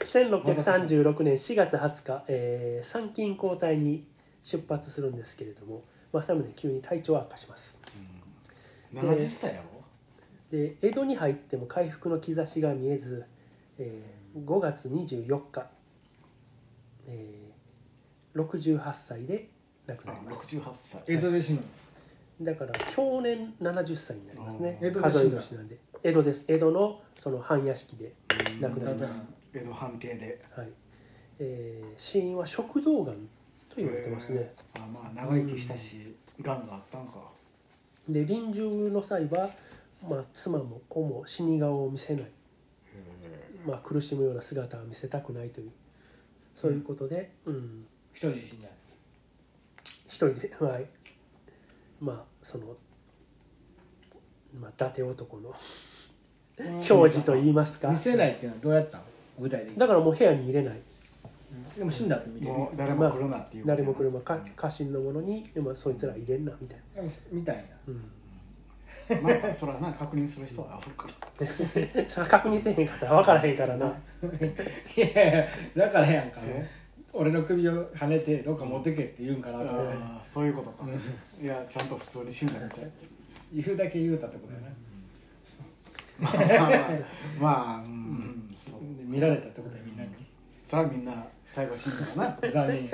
Speaker 3: 1636年4月20日、えー参勤交代に出発するんですけれども政宗急に体調を悪化します
Speaker 1: 70歳やろ
Speaker 3: で江戸に入っても回復の兆しが見えず、えー5月24日、えー68歳で亡くなり
Speaker 1: あ
Speaker 3: ます
Speaker 1: 68歳
Speaker 2: 江戸で死ぬ
Speaker 3: だから去年70歳になりますね
Speaker 2: あー江戸で死んだ
Speaker 3: 数え年なんで江戸です江戸のその半屋敷で亡くなります、
Speaker 1: 江戸藩邸で
Speaker 3: はいえー、死因は食道がんと言われてますね、
Speaker 1: えーあまあ長生きしたしがんがあったんか
Speaker 3: で臨終の際は、まあ、妻も子も死に顔を見せない、まあ、苦しむような姿は見せたくないというそういうことで、うん、
Speaker 2: 一人で死んじゃう
Speaker 3: 一人で はいまあその、まあ、伊達男の矜持と言いますか
Speaker 2: 見せないっていうのはどうやったの具体的に
Speaker 3: だからもう部屋に入れない
Speaker 2: でも死んだって見れる
Speaker 1: もう誰も来るなっていうこと
Speaker 3: 誰
Speaker 1: や
Speaker 3: も車か家臣のものにでもそいつら入れんなみたいな、
Speaker 2: でも見たんや
Speaker 3: うん、
Speaker 1: まあまあそらな確認する人はあるから
Speaker 3: それ確認せえへんかったら分からへんからな、
Speaker 2: いやいやだからやんか
Speaker 1: え
Speaker 2: 俺の首を跳ねてどっか持ってけって言うんかなと思って
Speaker 1: ああそういうことかいやちゃんと普通に死んだみ たい
Speaker 2: 言うだけ言うたってことやな、
Speaker 1: まあまあまあうんうんそう
Speaker 2: で見られたってことやみんなに、
Speaker 1: そらみんな最後死んだかな
Speaker 2: 残念や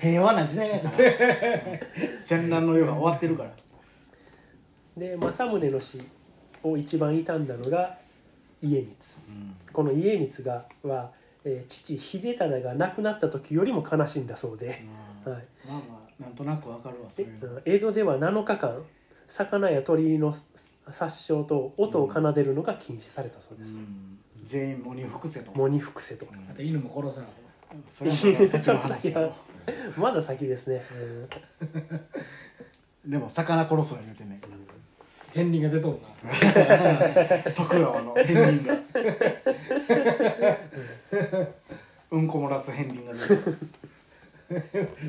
Speaker 1: 平和な時代や からうん戦乱の世が終わってるから
Speaker 3: で政宗の死を一番悼んだのが家光
Speaker 1: うん
Speaker 3: この家光がは、えー父秀忠が亡くなった時よりも悲しんだそうで、
Speaker 1: うん
Speaker 3: はい、
Speaker 1: まあまあなんとなくわかるわそう
Speaker 3: で
Speaker 1: いうの
Speaker 3: 江戸では7日間魚や鳥の殺傷と音を奏でるのが禁止されたそう
Speaker 1: う
Speaker 3: です、
Speaker 1: ん全員喪に服せと
Speaker 3: 喪に服せと
Speaker 1: うん
Speaker 2: あと犬も殺さな
Speaker 1: それはまた先の話 やろ
Speaker 3: まだ先ですね、うん
Speaker 1: でも魚殺すの言うてんねんから
Speaker 2: 片鱗が出とんな
Speaker 1: 徳川の片鱗がうんこ漏らす片鱗が出てくる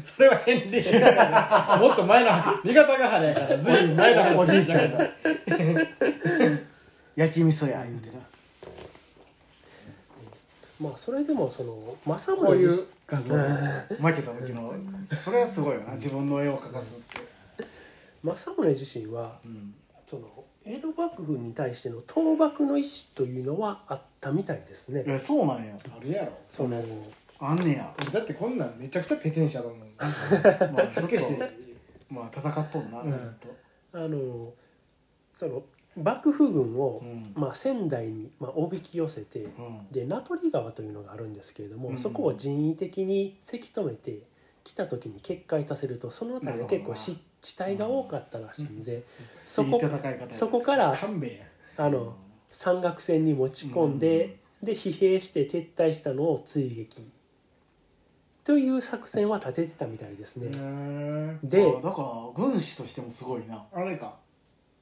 Speaker 2: それは片鱗じゃないもっと前の味方が原やからずいぶん前の話
Speaker 1: おじいちゃんが焼き味噌や言うてな
Speaker 3: まあそれでもその政宗
Speaker 2: こういう
Speaker 3: 自
Speaker 2: 画像
Speaker 1: 負けた時のそれはすごいよな自分の絵を描かすって、
Speaker 3: 政宗自身は
Speaker 1: うん、
Speaker 3: その江戸幕府に対しての倒幕の意思というのはあったみたいですね。
Speaker 1: えそうなんや
Speaker 2: あるやろ
Speaker 3: その
Speaker 1: あんねや、
Speaker 2: だってこんなんめちゃくちゃペテンシャだもん
Speaker 1: まあ、ずっと
Speaker 2: 付けして
Speaker 1: まあ戦っとんな、
Speaker 2: うん
Speaker 1: ずっと、
Speaker 3: あのその幕府軍を
Speaker 1: う、ん
Speaker 3: まあ、仙台に、まあ、おびき寄せて
Speaker 1: うん、
Speaker 3: で名取川というのがあるんですけれども、
Speaker 1: うん
Speaker 3: そこを人為的にせき止めて来た時に決壊させるとその辺りが結構湿地帯が多かったらしいんで、そ
Speaker 1: いい
Speaker 3: こ
Speaker 1: 戦い方や
Speaker 3: そこから
Speaker 2: 勘弁や
Speaker 3: あの山岳戦に持ち込んで、で疲弊して撤退したのを追撃という作戦は立ててたみたいです
Speaker 2: う
Speaker 3: ね、
Speaker 2: ーん
Speaker 1: で
Speaker 3: で
Speaker 1: だから軍師としてもすごいな、
Speaker 2: あれか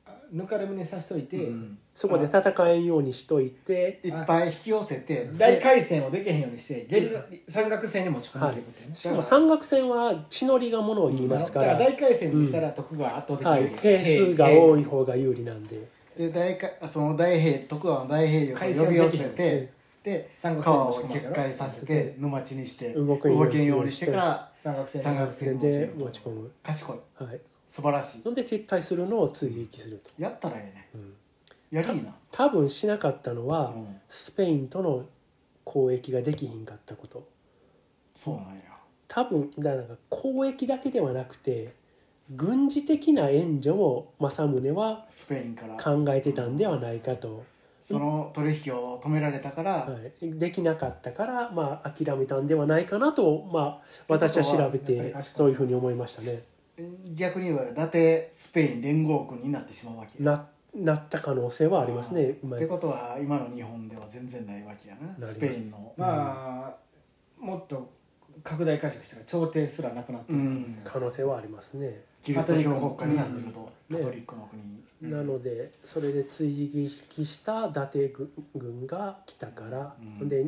Speaker 2: あぬかるみにさしといて、
Speaker 1: うん、
Speaker 3: そこで戦えんようにしといて
Speaker 1: いっぱい引き寄せて
Speaker 2: 大
Speaker 1: で
Speaker 2: 回戦をできへんようにしてゲリラ山岳戦に持ち込んでいくっていうね
Speaker 3: しかも山岳戦は血のりがものを言いますか
Speaker 2: だ
Speaker 3: ら、
Speaker 2: から大回戦にしたら徳川圧倒的
Speaker 3: はい、
Speaker 2: に
Speaker 3: 兵数が多
Speaker 2: い
Speaker 3: い方が有利なんで
Speaker 1: で大かその大兵徳川の大兵力を呼び寄せ
Speaker 2: 海戦
Speaker 1: てで
Speaker 2: 三国志
Speaker 1: 川
Speaker 2: の
Speaker 1: を
Speaker 2: 仕組み
Speaker 1: 決壊させて沼地にして
Speaker 3: 動
Speaker 1: 動
Speaker 3: けんように
Speaker 1: けんようにしてから
Speaker 2: 山岳戦
Speaker 1: 山岳戦
Speaker 3: 戦で
Speaker 1: に
Speaker 3: 持ち込む、
Speaker 1: 賢い
Speaker 3: はい、
Speaker 1: 素晴らしい
Speaker 3: そんで撤退するのを追撃すると、
Speaker 1: やったらええね
Speaker 3: うん
Speaker 1: やりいいな
Speaker 3: 多分しなかったのは、
Speaker 1: うん
Speaker 3: スペインとの交易ができひんかったこと
Speaker 1: そうなんや
Speaker 3: 多分だからなんか交易だけではなくて軍事的な援助も政宗は
Speaker 1: スペインから
Speaker 3: 考えてたんではないかと、
Speaker 1: その取引を止められたから
Speaker 3: はい、できなかったから、まあ、諦めたんではないかなと、まあ、
Speaker 1: そういうことは
Speaker 3: 私は調べ
Speaker 2: やってぱり賢い
Speaker 3: そういうふうに思いましたね。
Speaker 1: 逆に言えば伊達スペイン連合国になってしまうわけや
Speaker 3: ななった可能性はありますねう
Speaker 1: っ
Speaker 3: ま
Speaker 1: て
Speaker 3: い
Speaker 1: ことは今の日本では全然ないわけや
Speaker 3: りま
Speaker 1: な
Speaker 3: す
Speaker 1: スペインの、
Speaker 2: まあもっと拡大解釈したら朝廷すらなくなってるんですよ、
Speaker 3: 可能性はありますね
Speaker 1: キリスト教国家になってると、
Speaker 3: うん
Speaker 1: カトリックの国に、
Speaker 2: うん
Speaker 3: なのでそれで追撃した伊達軍軍が来たから、
Speaker 1: うん
Speaker 3: で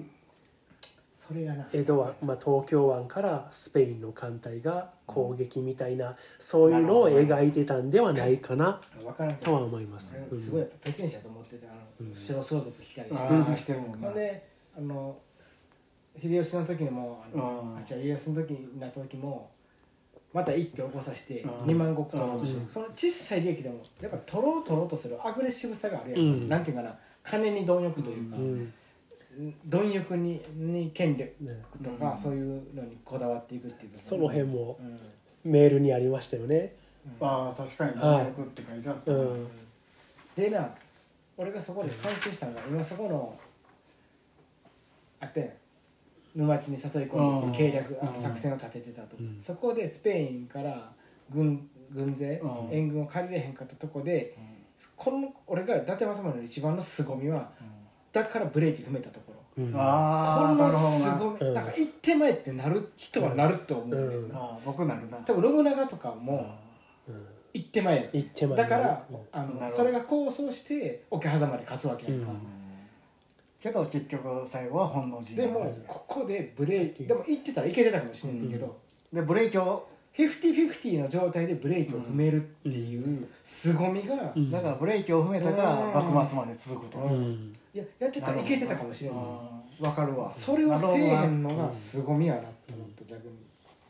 Speaker 2: それがな
Speaker 3: 江戸湾、まあ、東京湾からスペインの艦隊が攻撃みたいな、そういうのを描いてたんではないかな
Speaker 2: 分からんけ
Speaker 3: とは
Speaker 2: ど
Speaker 3: 思います。
Speaker 2: 俺すごいやっぱ北京者と思っててあの
Speaker 3: うん
Speaker 2: 白装束着たりして、
Speaker 1: ああしてるもん
Speaker 2: ほ
Speaker 1: な、
Speaker 2: んであの秀吉の時もあの、
Speaker 1: うん
Speaker 2: あじゃあ家康の時になった時もまた一票起こさせて
Speaker 1: うん
Speaker 2: 2万石と残し
Speaker 3: うん
Speaker 2: てこの小さい利益でもやっぱ取ろう取ろうとするアグレッシブさがあるやん、
Speaker 3: うん
Speaker 2: なんていうかな金に貪欲というか、
Speaker 3: うんうん
Speaker 2: 貪欲にに権力
Speaker 3: ね
Speaker 2: とか、
Speaker 1: うん
Speaker 2: そういうのにこだわっていくっていうか
Speaker 3: その辺も
Speaker 2: うんうん
Speaker 3: メールにありましたよね。
Speaker 1: ああ確かに大学って書いてあった、
Speaker 3: う
Speaker 2: うんん、でな俺がそこで監修したのが今そこのあったやん沼地に誘い込んで計略あ
Speaker 1: うん
Speaker 2: 作戦を立ててたと、
Speaker 3: うん
Speaker 2: そこでスペインから軍軍勢、
Speaker 1: うん
Speaker 2: 援軍を借りれへんかったとこで
Speaker 1: うん
Speaker 2: この俺が伊達政宗の一番の凄みはだからブレーキ踏めたところ
Speaker 3: うん
Speaker 2: こ
Speaker 1: ああな
Speaker 2: の
Speaker 1: るほど
Speaker 2: 凄
Speaker 1: な
Speaker 2: み
Speaker 3: うん
Speaker 2: なんか一手前ってなる人はなると思うねんな、
Speaker 3: うん
Speaker 1: ああ僕なるな
Speaker 2: 多分ロブナガとかも
Speaker 1: あ
Speaker 3: うん
Speaker 2: 一手前やった
Speaker 3: 行ってまいり
Speaker 2: だから、あ
Speaker 1: なる
Speaker 2: の
Speaker 1: ほど
Speaker 2: それが構想して桶狭間で勝つわけやんか、
Speaker 1: あ
Speaker 3: う
Speaker 1: うんけど結局最後は本能寺
Speaker 2: でもここでブレーキでも行ってたらいけてたかもしれないけど、
Speaker 3: うん
Speaker 1: でブレーキを
Speaker 2: フィフティフィフティの状態でブレーキを踏めるっていう凄みが、
Speaker 3: うん
Speaker 1: だからブレーキを踏めたから
Speaker 2: うん
Speaker 1: 幕末まで続くと、
Speaker 3: う
Speaker 1: なる
Speaker 3: ん
Speaker 2: いややってたらいけてたかもしれない、
Speaker 1: ああわかるわ
Speaker 2: それをせえ
Speaker 1: な
Speaker 2: へ
Speaker 1: るほど
Speaker 2: ん
Speaker 1: な
Speaker 2: のが凄みやなって思った逆に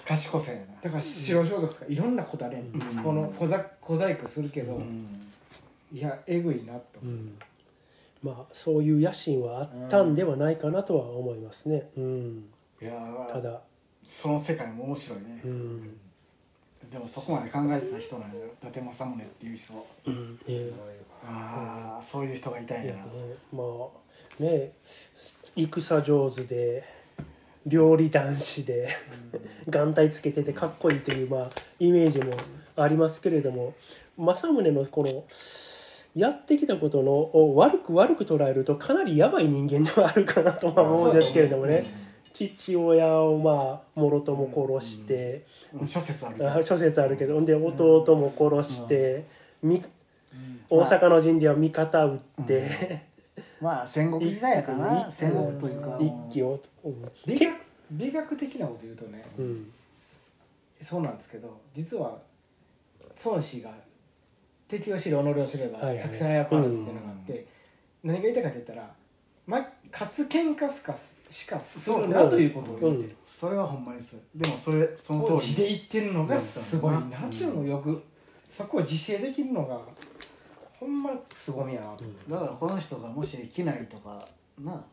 Speaker 1: 賢さやな
Speaker 2: だから白装束とかいろんなことあるやん、
Speaker 1: ん
Speaker 2: この小ざ小細工するけど、
Speaker 1: うん
Speaker 2: いやえぐいなと、
Speaker 3: うんまあそういう野心はあったんではないかなとは思いますね。うん、
Speaker 1: いやー
Speaker 3: ただ、
Speaker 1: その世界も面白いね
Speaker 3: う、ん
Speaker 1: でもそこまで考えてた人なんだよ伊達政宗っていう人
Speaker 3: うんえ
Speaker 1: ああそういう人がいたん
Speaker 3: ーい
Speaker 1: や
Speaker 3: や
Speaker 1: な
Speaker 3: ねまあね戦上手で料理男子で眼帯つけててかっこいいという、まあ、イメージもありますけれども政宗のこのやってきたことのを悪く悪く捉えるとかなりやばい人間ではあるかなとは思うんですけれどもね。父親をまあもろとも殺して、
Speaker 1: うん諸説あるけど
Speaker 3: あ諸説あるけどほんで弟も殺して、み大阪の陣では味方打って、
Speaker 1: まあ戦国時代やかな戦国というか
Speaker 3: 一気を、
Speaker 2: 美学美学的なこと言うとね、
Speaker 3: うん
Speaker 2: そうなんですけど実は孫子が敵を知り己を知れば
Speaker 3: はいはい
Speaker 2: 百戦やパーズっていうのがあって、何が言いたいかって言ったら、ま、勝つ喧嘩すかすしかするなということを
Speaker 3: う
Speaker 2: 言って
Speaker 3: ん
Speaker 2: る、
Speaker 1: それはほんまにそうでもそれその
Speaker 2: こう
Speaker 1: 通
Speaker 2: 地
Speaker 1: り
Speaker 2: で言ってるのがすごいなっていうのをよく、そこを自制できるのがほんますごみやなと、
Speaker 1: だからこの人がもし機内とかな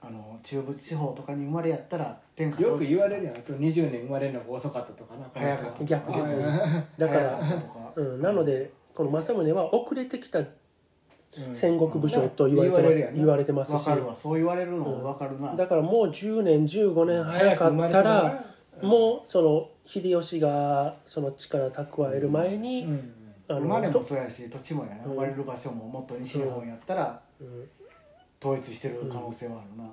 Speaker 1: あの中部地方とかに生まれやったら天下
Speaker 2: よく言われる
Speaker 1: や
Speaker 2: やんあと20年生まれるのが遅かったとかな
Speaker 1: 早かった
Speaker 3: 逆
Speaker 2: あー
Speaker 3: だか
Speaker 1: 早
Speaker 3: ら、
Speaker 1: ったとか
Speaker 3: うん、なのでこの政宗は遅れてきた
Speaker 2: うん
Speaker 3: 戦国武将と言われて
Speaker 2: 言わ
Speaker 3: ま
Speaker 2: れ
Speaker 3: す、
Speaker 2: るやんな
Speaker 3: 言われてます
Speaker 1: わ
Speaker 3: し
Speaker 1: かるわそう言われるのもわかるな、
Speaker 3: だからもう10年15年早かったらもうその秀吉がその力蓄える前に、
Speaker 2: うん
Speaker 3: あの
Speaker 1: 生まれも
Speaker 3: と
Speaker 1: そうやし土地もやな
Speaker 3: うん
Speaker 1: 生まれる場所ももっと西日本やったら
Speaker 3: うん
Speaker 1: 統一してる可能性はあるな、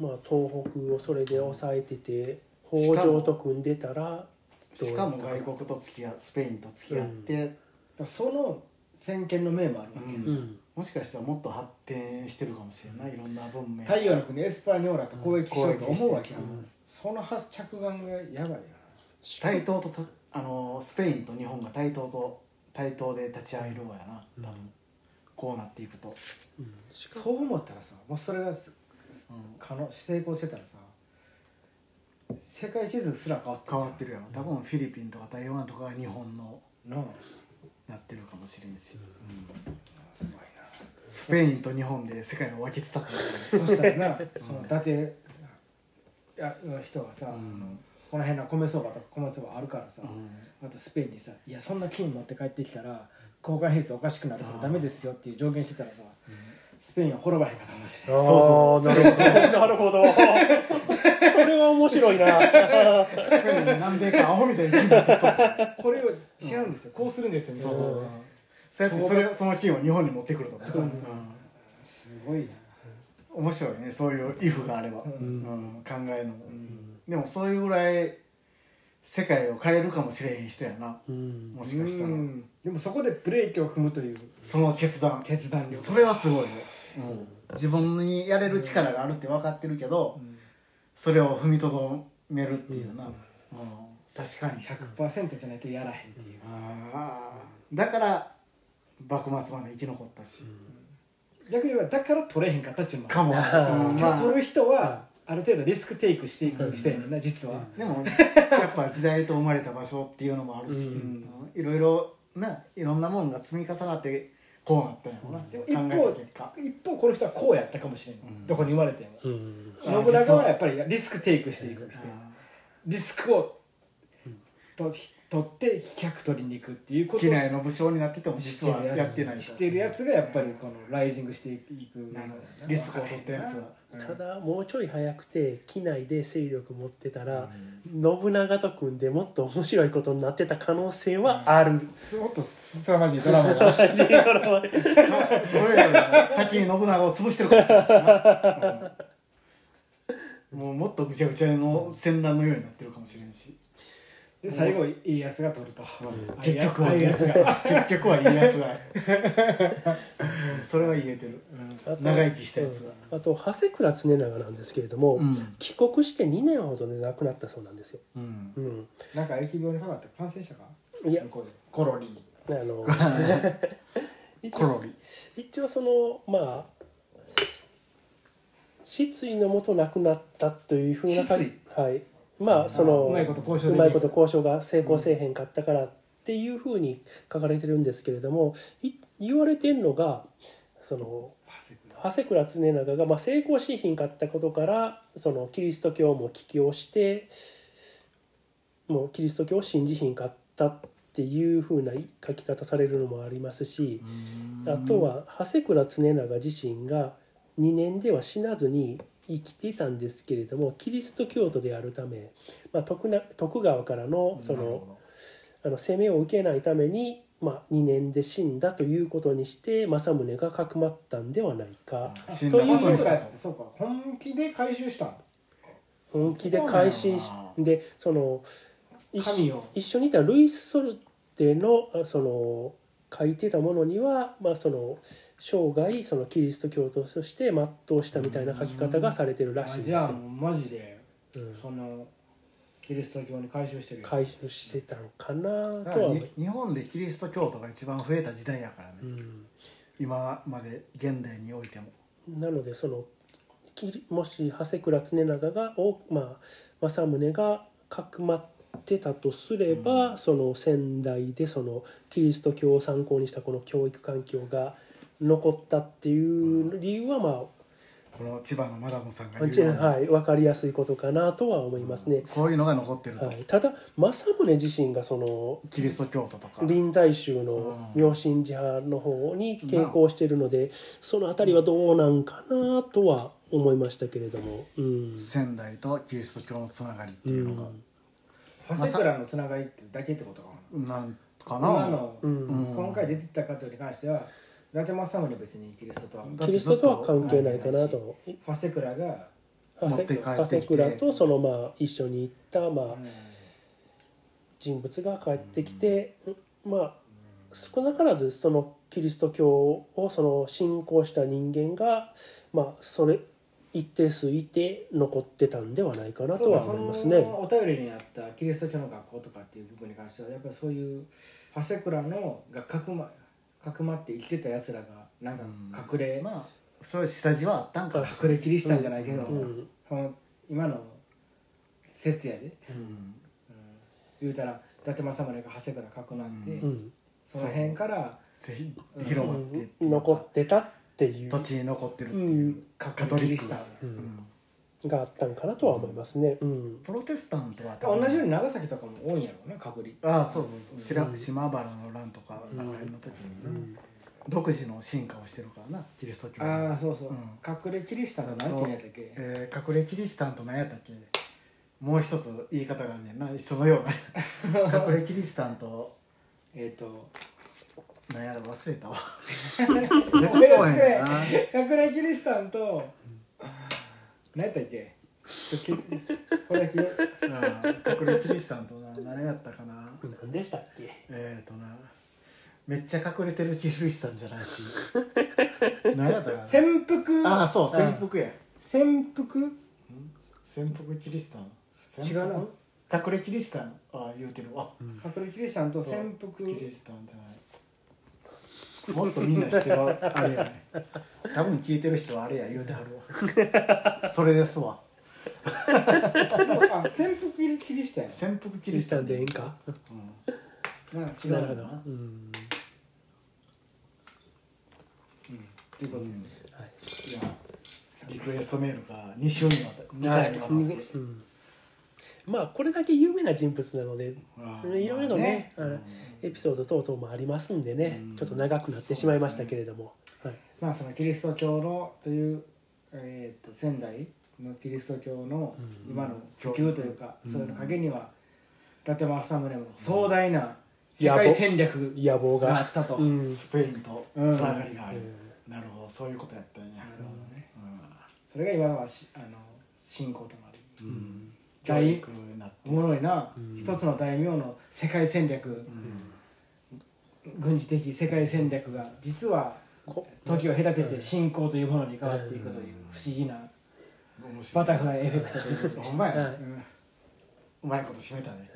Speaker 3: まあ、東北をそれで抑えてて北条と組んでたら
Speaker 1: しかも外国と付き合うスペインと付き合って、
Speaker 2: その先見の明もあるわけ、
Speaker 1: うん
Speaker 3: うん
Speaker 1: もしかしたらもっと発展してるかもしれないいろんな文明
Speaker 2: 太陽の国エスパーニョーラと交易しようと思うわけやもん、
Speaker 3: うん
Speaker 2: その発着眼がやばいよ
Speaker 1: 対等とたあのスペインと日本が対等と対等で立ち会えるわやな多分、こうなっていくと、
Speaker 3: うんしか
Speaker 2: な
Speaker 3: も
Speaker 2: そう思ったらさもうそれがす
Speaker 1: うん
Speaker 2: 可能成功してたらさ世界地図すら変わって
Speaker 1: 変わってるやろ多分フィリピンとか台湾とかが日本の
Speaker 2: るなあ
Speaker 1: なってるかもしれんし、うん
Speaker 2: すごい
Speaker 1: スペインと日本で世界を分けてたかもしれん
Speaker 2: なそしたらなその伊達やの人がさ、
Speaker 1: ん
Speaker 2: この辺の米相場とか米相場あるからさ、
Speaker 1: うん
Speaker 2: またスペインにさ「いやそんな金持って帰ってきたら交換比率おかしくなるからダメですよ」っていう上限してたらさ、スペインは滅ばへんかったかもしれない
Speaker 1: そうそう
Speaker 3: なるほどなるほどそれは面白いな
Speaker 1: スペイン南米かアホみたいに金持ってきとった
Speaker 2: これを違うんですよ、こうするんですよね
Speaker 1: そうそう、うんそうやってそれその金を日本に持ってくるとか、うん
Speaker 2: すごいな
Speaker 1: 面白いねそういう「イフ」があれば、うん考えるのも、でもそういうぐらい世界を変えるかもしれへん人やな
Speaker 3: うん
Speaker 1: もしかしたら、
Speaker 2: うんでもそこでブレーキを踏むという
Speaker 1: その決断
Speaker 2: 決断力
Speaker 1: それはすごいね、うん、自分にやれる力があるって分かってるけど、
Speaker 2: ん
Speaker 1: それを踏みとどめるっていうな、うん確かに
Speaker 2: 100%じゃないとやらへんっていう、
Speaker 1: あーだから幕末まで生き残ったし、
Speaker 2: 逆に言えばだから取れへんかったっちゅうのもあ
Speaker 1: かも、うん
Speaker 2: る
Speaker 1: まあ
Speaker 2: 取る人はある程度リスクテイクしていく人やねんな、実は、
Speaker 1: でも やっぱ時代と生まれた場所っていうのもあるし、
Speaker 2: うん
Speaker 1: いろいろないろんなもんが積み重なってこうなったんやろな、
Speaker 2: でも一
Speaker 1: 考え
Speaker 2: 方
Speaker 1: た結果
Speaker 2: 一方この人はこうやったかもしれない、
Speaker 1: うん
Speaker 2: どこに生まれても、
Speaker 3: うん
Speaker 1: あ
Speaker 2: 信長
Speaker 1: 実
Speaker 2: は
Speaker 1: は
Speaker 2: やっぱりリスクテイクしていく人、リスクをと取って100取りに行くっていうこと
Speaker 1: 機内の武将になってても実はやってない
Speaker 2: してるやつがやっぱりこのライジングしていく
Speaker 1: なるほどリスクを取ったやつは
Speaker 3: ただもうちょい早くて機内で勢力持ってたら、信長と組んでもっと面白いことになってた可能性はあ る、
Speaker 2: すもっと凄まじいドラマが
Speaker 1: それよりも先に信長を潰してるかもしれないしな、うんもうもっとぐちゃぐちゃの戦乱のようになってるかもしれんし
Speaker 2: で最後家康が取ると、
Speaker 1: 結局は
Speaker 2: ああいうやつが、
Speaker 1: 結局は家康がうん それは言えてる
Speaker 3: あと
Speaker 1: 長生きしたやつが
Speaker 3: うんあと長谷倉常長なんですけれども、
Speaker 1: うん
Speaker 3: 帰国して2年ほどで亡くなったそうなんですよ、
Speaker 1: うん
Speaker 3: うん、
Speaker 2: なんか疫病にかかって感染したか
Speaker 3: いや
Speaker 2: 向こうでコロリに
Speaker 3: あ の
Speaker 1: コロリ
Speaker 3: 一応そのまあ失意のもと亡くなったというふうな
Speaker 1: 失
Speaker 3: はいまあその
Speaker 2: うまいこと交渉でき
Speaker 3: う
Speaker 2: な
Speaker 3: ま
Speaker 2: い
Speaker 3: いこと交渉が成功せえへんかったからっていうふうに書かれてるんですけれどもい言われてんのがその長谷倉常長がまあ成功しひんかったことからそのキリスト教も帰郷してもうキリスト教を信じひんかったっていうふうな書き方されるのもありますしあとは長谷倉常長自身が2年では死なずに生きていたんですけれどもキリスト教徒であるため、まあ、徳な徳川からのそ
Speaker 1: なる
Speaker 3: の
Speaker 1: ほ
Speaker 3: あの攻めを受けないために、まあ、2年で死んだということにして政宗がかくまったんではないか
Speaker 1: ど死んだ
Speaker 2: と
Speaker 1: こ
Speaker 2: いう
Speaker 1: とに
Speaker 2: こ
Speaker 1: し
Speaker 2: とだ
Speaker 1: た
Speaker 2: ってそうか本気で回収した
Speaker 3: 本気で改心し
Speaker 1: そうなんや
Speaker 3: でその一緒
Speaker 2: 神を
Speaker 3: 一緒にいたルイス・ソルテのあその書いてたものには、まあ、その生涯そのキリスト教徒として全うしたみたいな書き方がされてるらしいんです
Speaker 2: じゃあ
Speaker 3: よ。
Speaker 2: もうマジで
Speaker 3: うん
Speaker 2: そのキリスト教に回収してるよ
Speaker 3: 回収してたのかな
Speaker 1: だか
Speaker 3: とは
Speaker 1: ら
Speaker 3: 思
Speaker 1: に
Speaker 3: い、
Speaker 1: 日本でキリスト教徒が一番増えた時代やからね、
Speaker 3: うん、
Speaker 1: 今まで現代においても
Speaker 3: なのでそのきりもし長谷倉常長がお、まあ、政宗がかくまってたとすれば、その仙台でそのキリスト教を参考にしたこの教育環境が残ったっていう理由はまあ、
Speaker 1: この千葉のマダムさんが
Speaker 3: う
Speaker 1: 言う
Speaker 3: ち
Speaker 1: ような
Speaker 3: はい、分かりやすいことかなとは思いますね。
Speaker 1: こういうのが残ってると、
Speaker 3: はい、ただ政宗自身がその
Speaker 1: キリスト教徒とか
Speaker 3: 臨済宗の妙心寺派の方に傾向しているので、その辺りはどうなんかなとは思いましたけれども、うん、
Speaker 1: 仙台とキリスト教のつながりっていうのが、
Speaker 2: 長谷倉のつながりってだけってことかな
Speaker 1: なんかな
Speaker 2: 今の
Speaker 3: うん
Speaker 1: うん
Speaker 2: 今回出てた方に関しては伊達政宗は別にキリストとは
Speaker 1: だ
Speaker 3: キリストとは関係ないかなと
Speaker 2: 長谷倉が
Speaker 1: 持って帰
Speaker 3: 長
Speaker 1: って
Speaker 3: 谷
Speaker 1: きて
Speaker 3: 倉とそのまあ一緒に行ったまあ
Speaker 2: うん
Speaker 3: 人物が帰ってきて、まあ少なからずそのキリスト教をその信仰した人間がまあそれ一定数いて残ってたんではないかなとは思います
Speaker 2: そう
Speaker 3: ね
Speaker 2: だそ。のお便りにあったキリスト教の学校とかっていう部分に関してはやっぱりそういう長谷倉のがかくまかくまって生きてたやつらがなんか隠れ、
Speaker 1: まあそういう下地はあったんかな、
Speaker 2: 隠れキリシタンじゃないけど、
Speaker 3: うん
Speaker 2: この今の節やで
Speaker 1: うん
Speaker 2: 言うたら伊達政宗が長谷倉かくなって、
Speaker 1: うん
Speaker 3: うん
Speaker 2: その辺から
Speaker 1: ぜひ広まってっていうか
Speaker 3: 残ってたっていう
Speaker 1: 土地に残ってるっていう、カトリ
Speaker 2: キリ
Speaker 1: ッ
Speaker 2: シ
Speaker 1: ク
Speaker 2: タン
Speaker 1: な、う
Speaker 3: う
Speaker 1: んん
Speaker 3: があったんかなとは思いますね。うん
Speaker 1: プロテスタントは
Speaker 2: 同じように長崎とかも多いんやろうな隔離
Speaker 1: ああそうそうそう、
Speaker 2: うん
Speaker 1: しら島原の乱とかあの辺の時に、独自の進化をしてるからなキリスト教
Speaker 2: ああそうそう、
Speaker 1: う
Speaker 2: 隠れキリシタンの何て言うんやったっけ
Speaker 1: えー隠れキリシタンと何やったっけもう一つ言い方があんねんな一緒のよう な隠れキリシタンと
Speaker 2: えっ、と
Speaker 1: 何やら忘れた わ出てこうへんねんな
Speaker 2: 隠れキリシタンと何やったっけちょっとこれ聞い
Speaker 1: うん隠れキリシタンとな何やったかな
Speaker 3: 何でしたっけ
Speaker 1: えっ、ー、となめっちゃ隠れてるキリシタンじゃ ないし何やったかな
Speaker 2: 潜伏
Speaker 1: ああそう潜伏や
Speaker 2: 潜伏
Speaker 1: 潜伏キリシタン潜
Speaker 2: 違う
Speaker 1: 隠れキリシタンああ言うてるわ
Speaker 2: 隠れキリシタンと潜伏
Speaker 1: キリシタンじゃないもっとみんな知ってるあれやね多分聞いてる人はあれや言うてはるわそれですわ
Speaker 2: あ潜伏キリシタンや
Speaker 1: 潜伏キ
Speaker 3: キ
Speaker 1: リ
Speaker 3: リ
Speaker 1: シ
Speaker 3: シ
Speaker 1: タ
Speaker 3: タ
Speaker 1: ン
Speaker 3: ン
Speaker 1: で
Speaker 3: で
Speaker 1: う
Speaker 3: ええんか
Speaker 1: んなんか違う
Speaker 3: なる
Speaker 1: のか
Speaker 3: ほど
Speaker 1: な
Speaker 3: うん
Speaker 2: っていうことで
Speaker 3: はい
Speaker 1: いやリクエストメールが2週にわた2回にわたって
Speaker 3: うんまあこれだけ有名な人物なので
Speaker 1: うん
Speaker 3: いろいろね
Speaker 1: まあ
Speaker 3: あのエピソード等々もありますんでねちょっと長くなってしまいましたけれども、はい
Speaker 2: まあそのキリスト教のという、えー、と仙台のキリスト教の今の普及というか、そういうの陰には伊達政宗の壮大な世界戦略
Speaker 3: 野望
Speaker 2: があ
Speaker 3: が
Speaker 2: ったと、
Speaker 3: う
Speaker 2: なる
Speaker 3: ん
Speaker 1: スペインとつながりがある、なるほどそういうことやったんや、
Speaker 2: ほどね
Speaker 1: う
Speaker 2: それが今はしあの信仰となり
Speaker 1: んうん、教
Speaker 2: 大
Speaker 1: 育になって
Speaker 2: おもろいな、
Speaker 3: うん
Speaker 2: 一つの大名の世界戦略、軍事的世界戦略が実は
Speaker 3: こ
Speaker 2: 時を隔てて信仰というものに変わっていくという不思議な
Speaker 1: 面白
Speaker 2: バ
Speaker 1: い
Speaker 2: タフライエフェクトということでし
Speaker 1: ほん
Speaker 2: た。
Speaker 1: まやな、
Speaker 3: はいう
Speaker 1: まいこと締めたね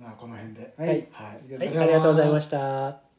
Speaker 1: なあこの辺で
Speaker 2: はい
Speaker 1: はい、
Speaker 2: い
Speaker 3: はい、
Speaker 2: ありがとうございます
Speaker 3: ありがとうございました。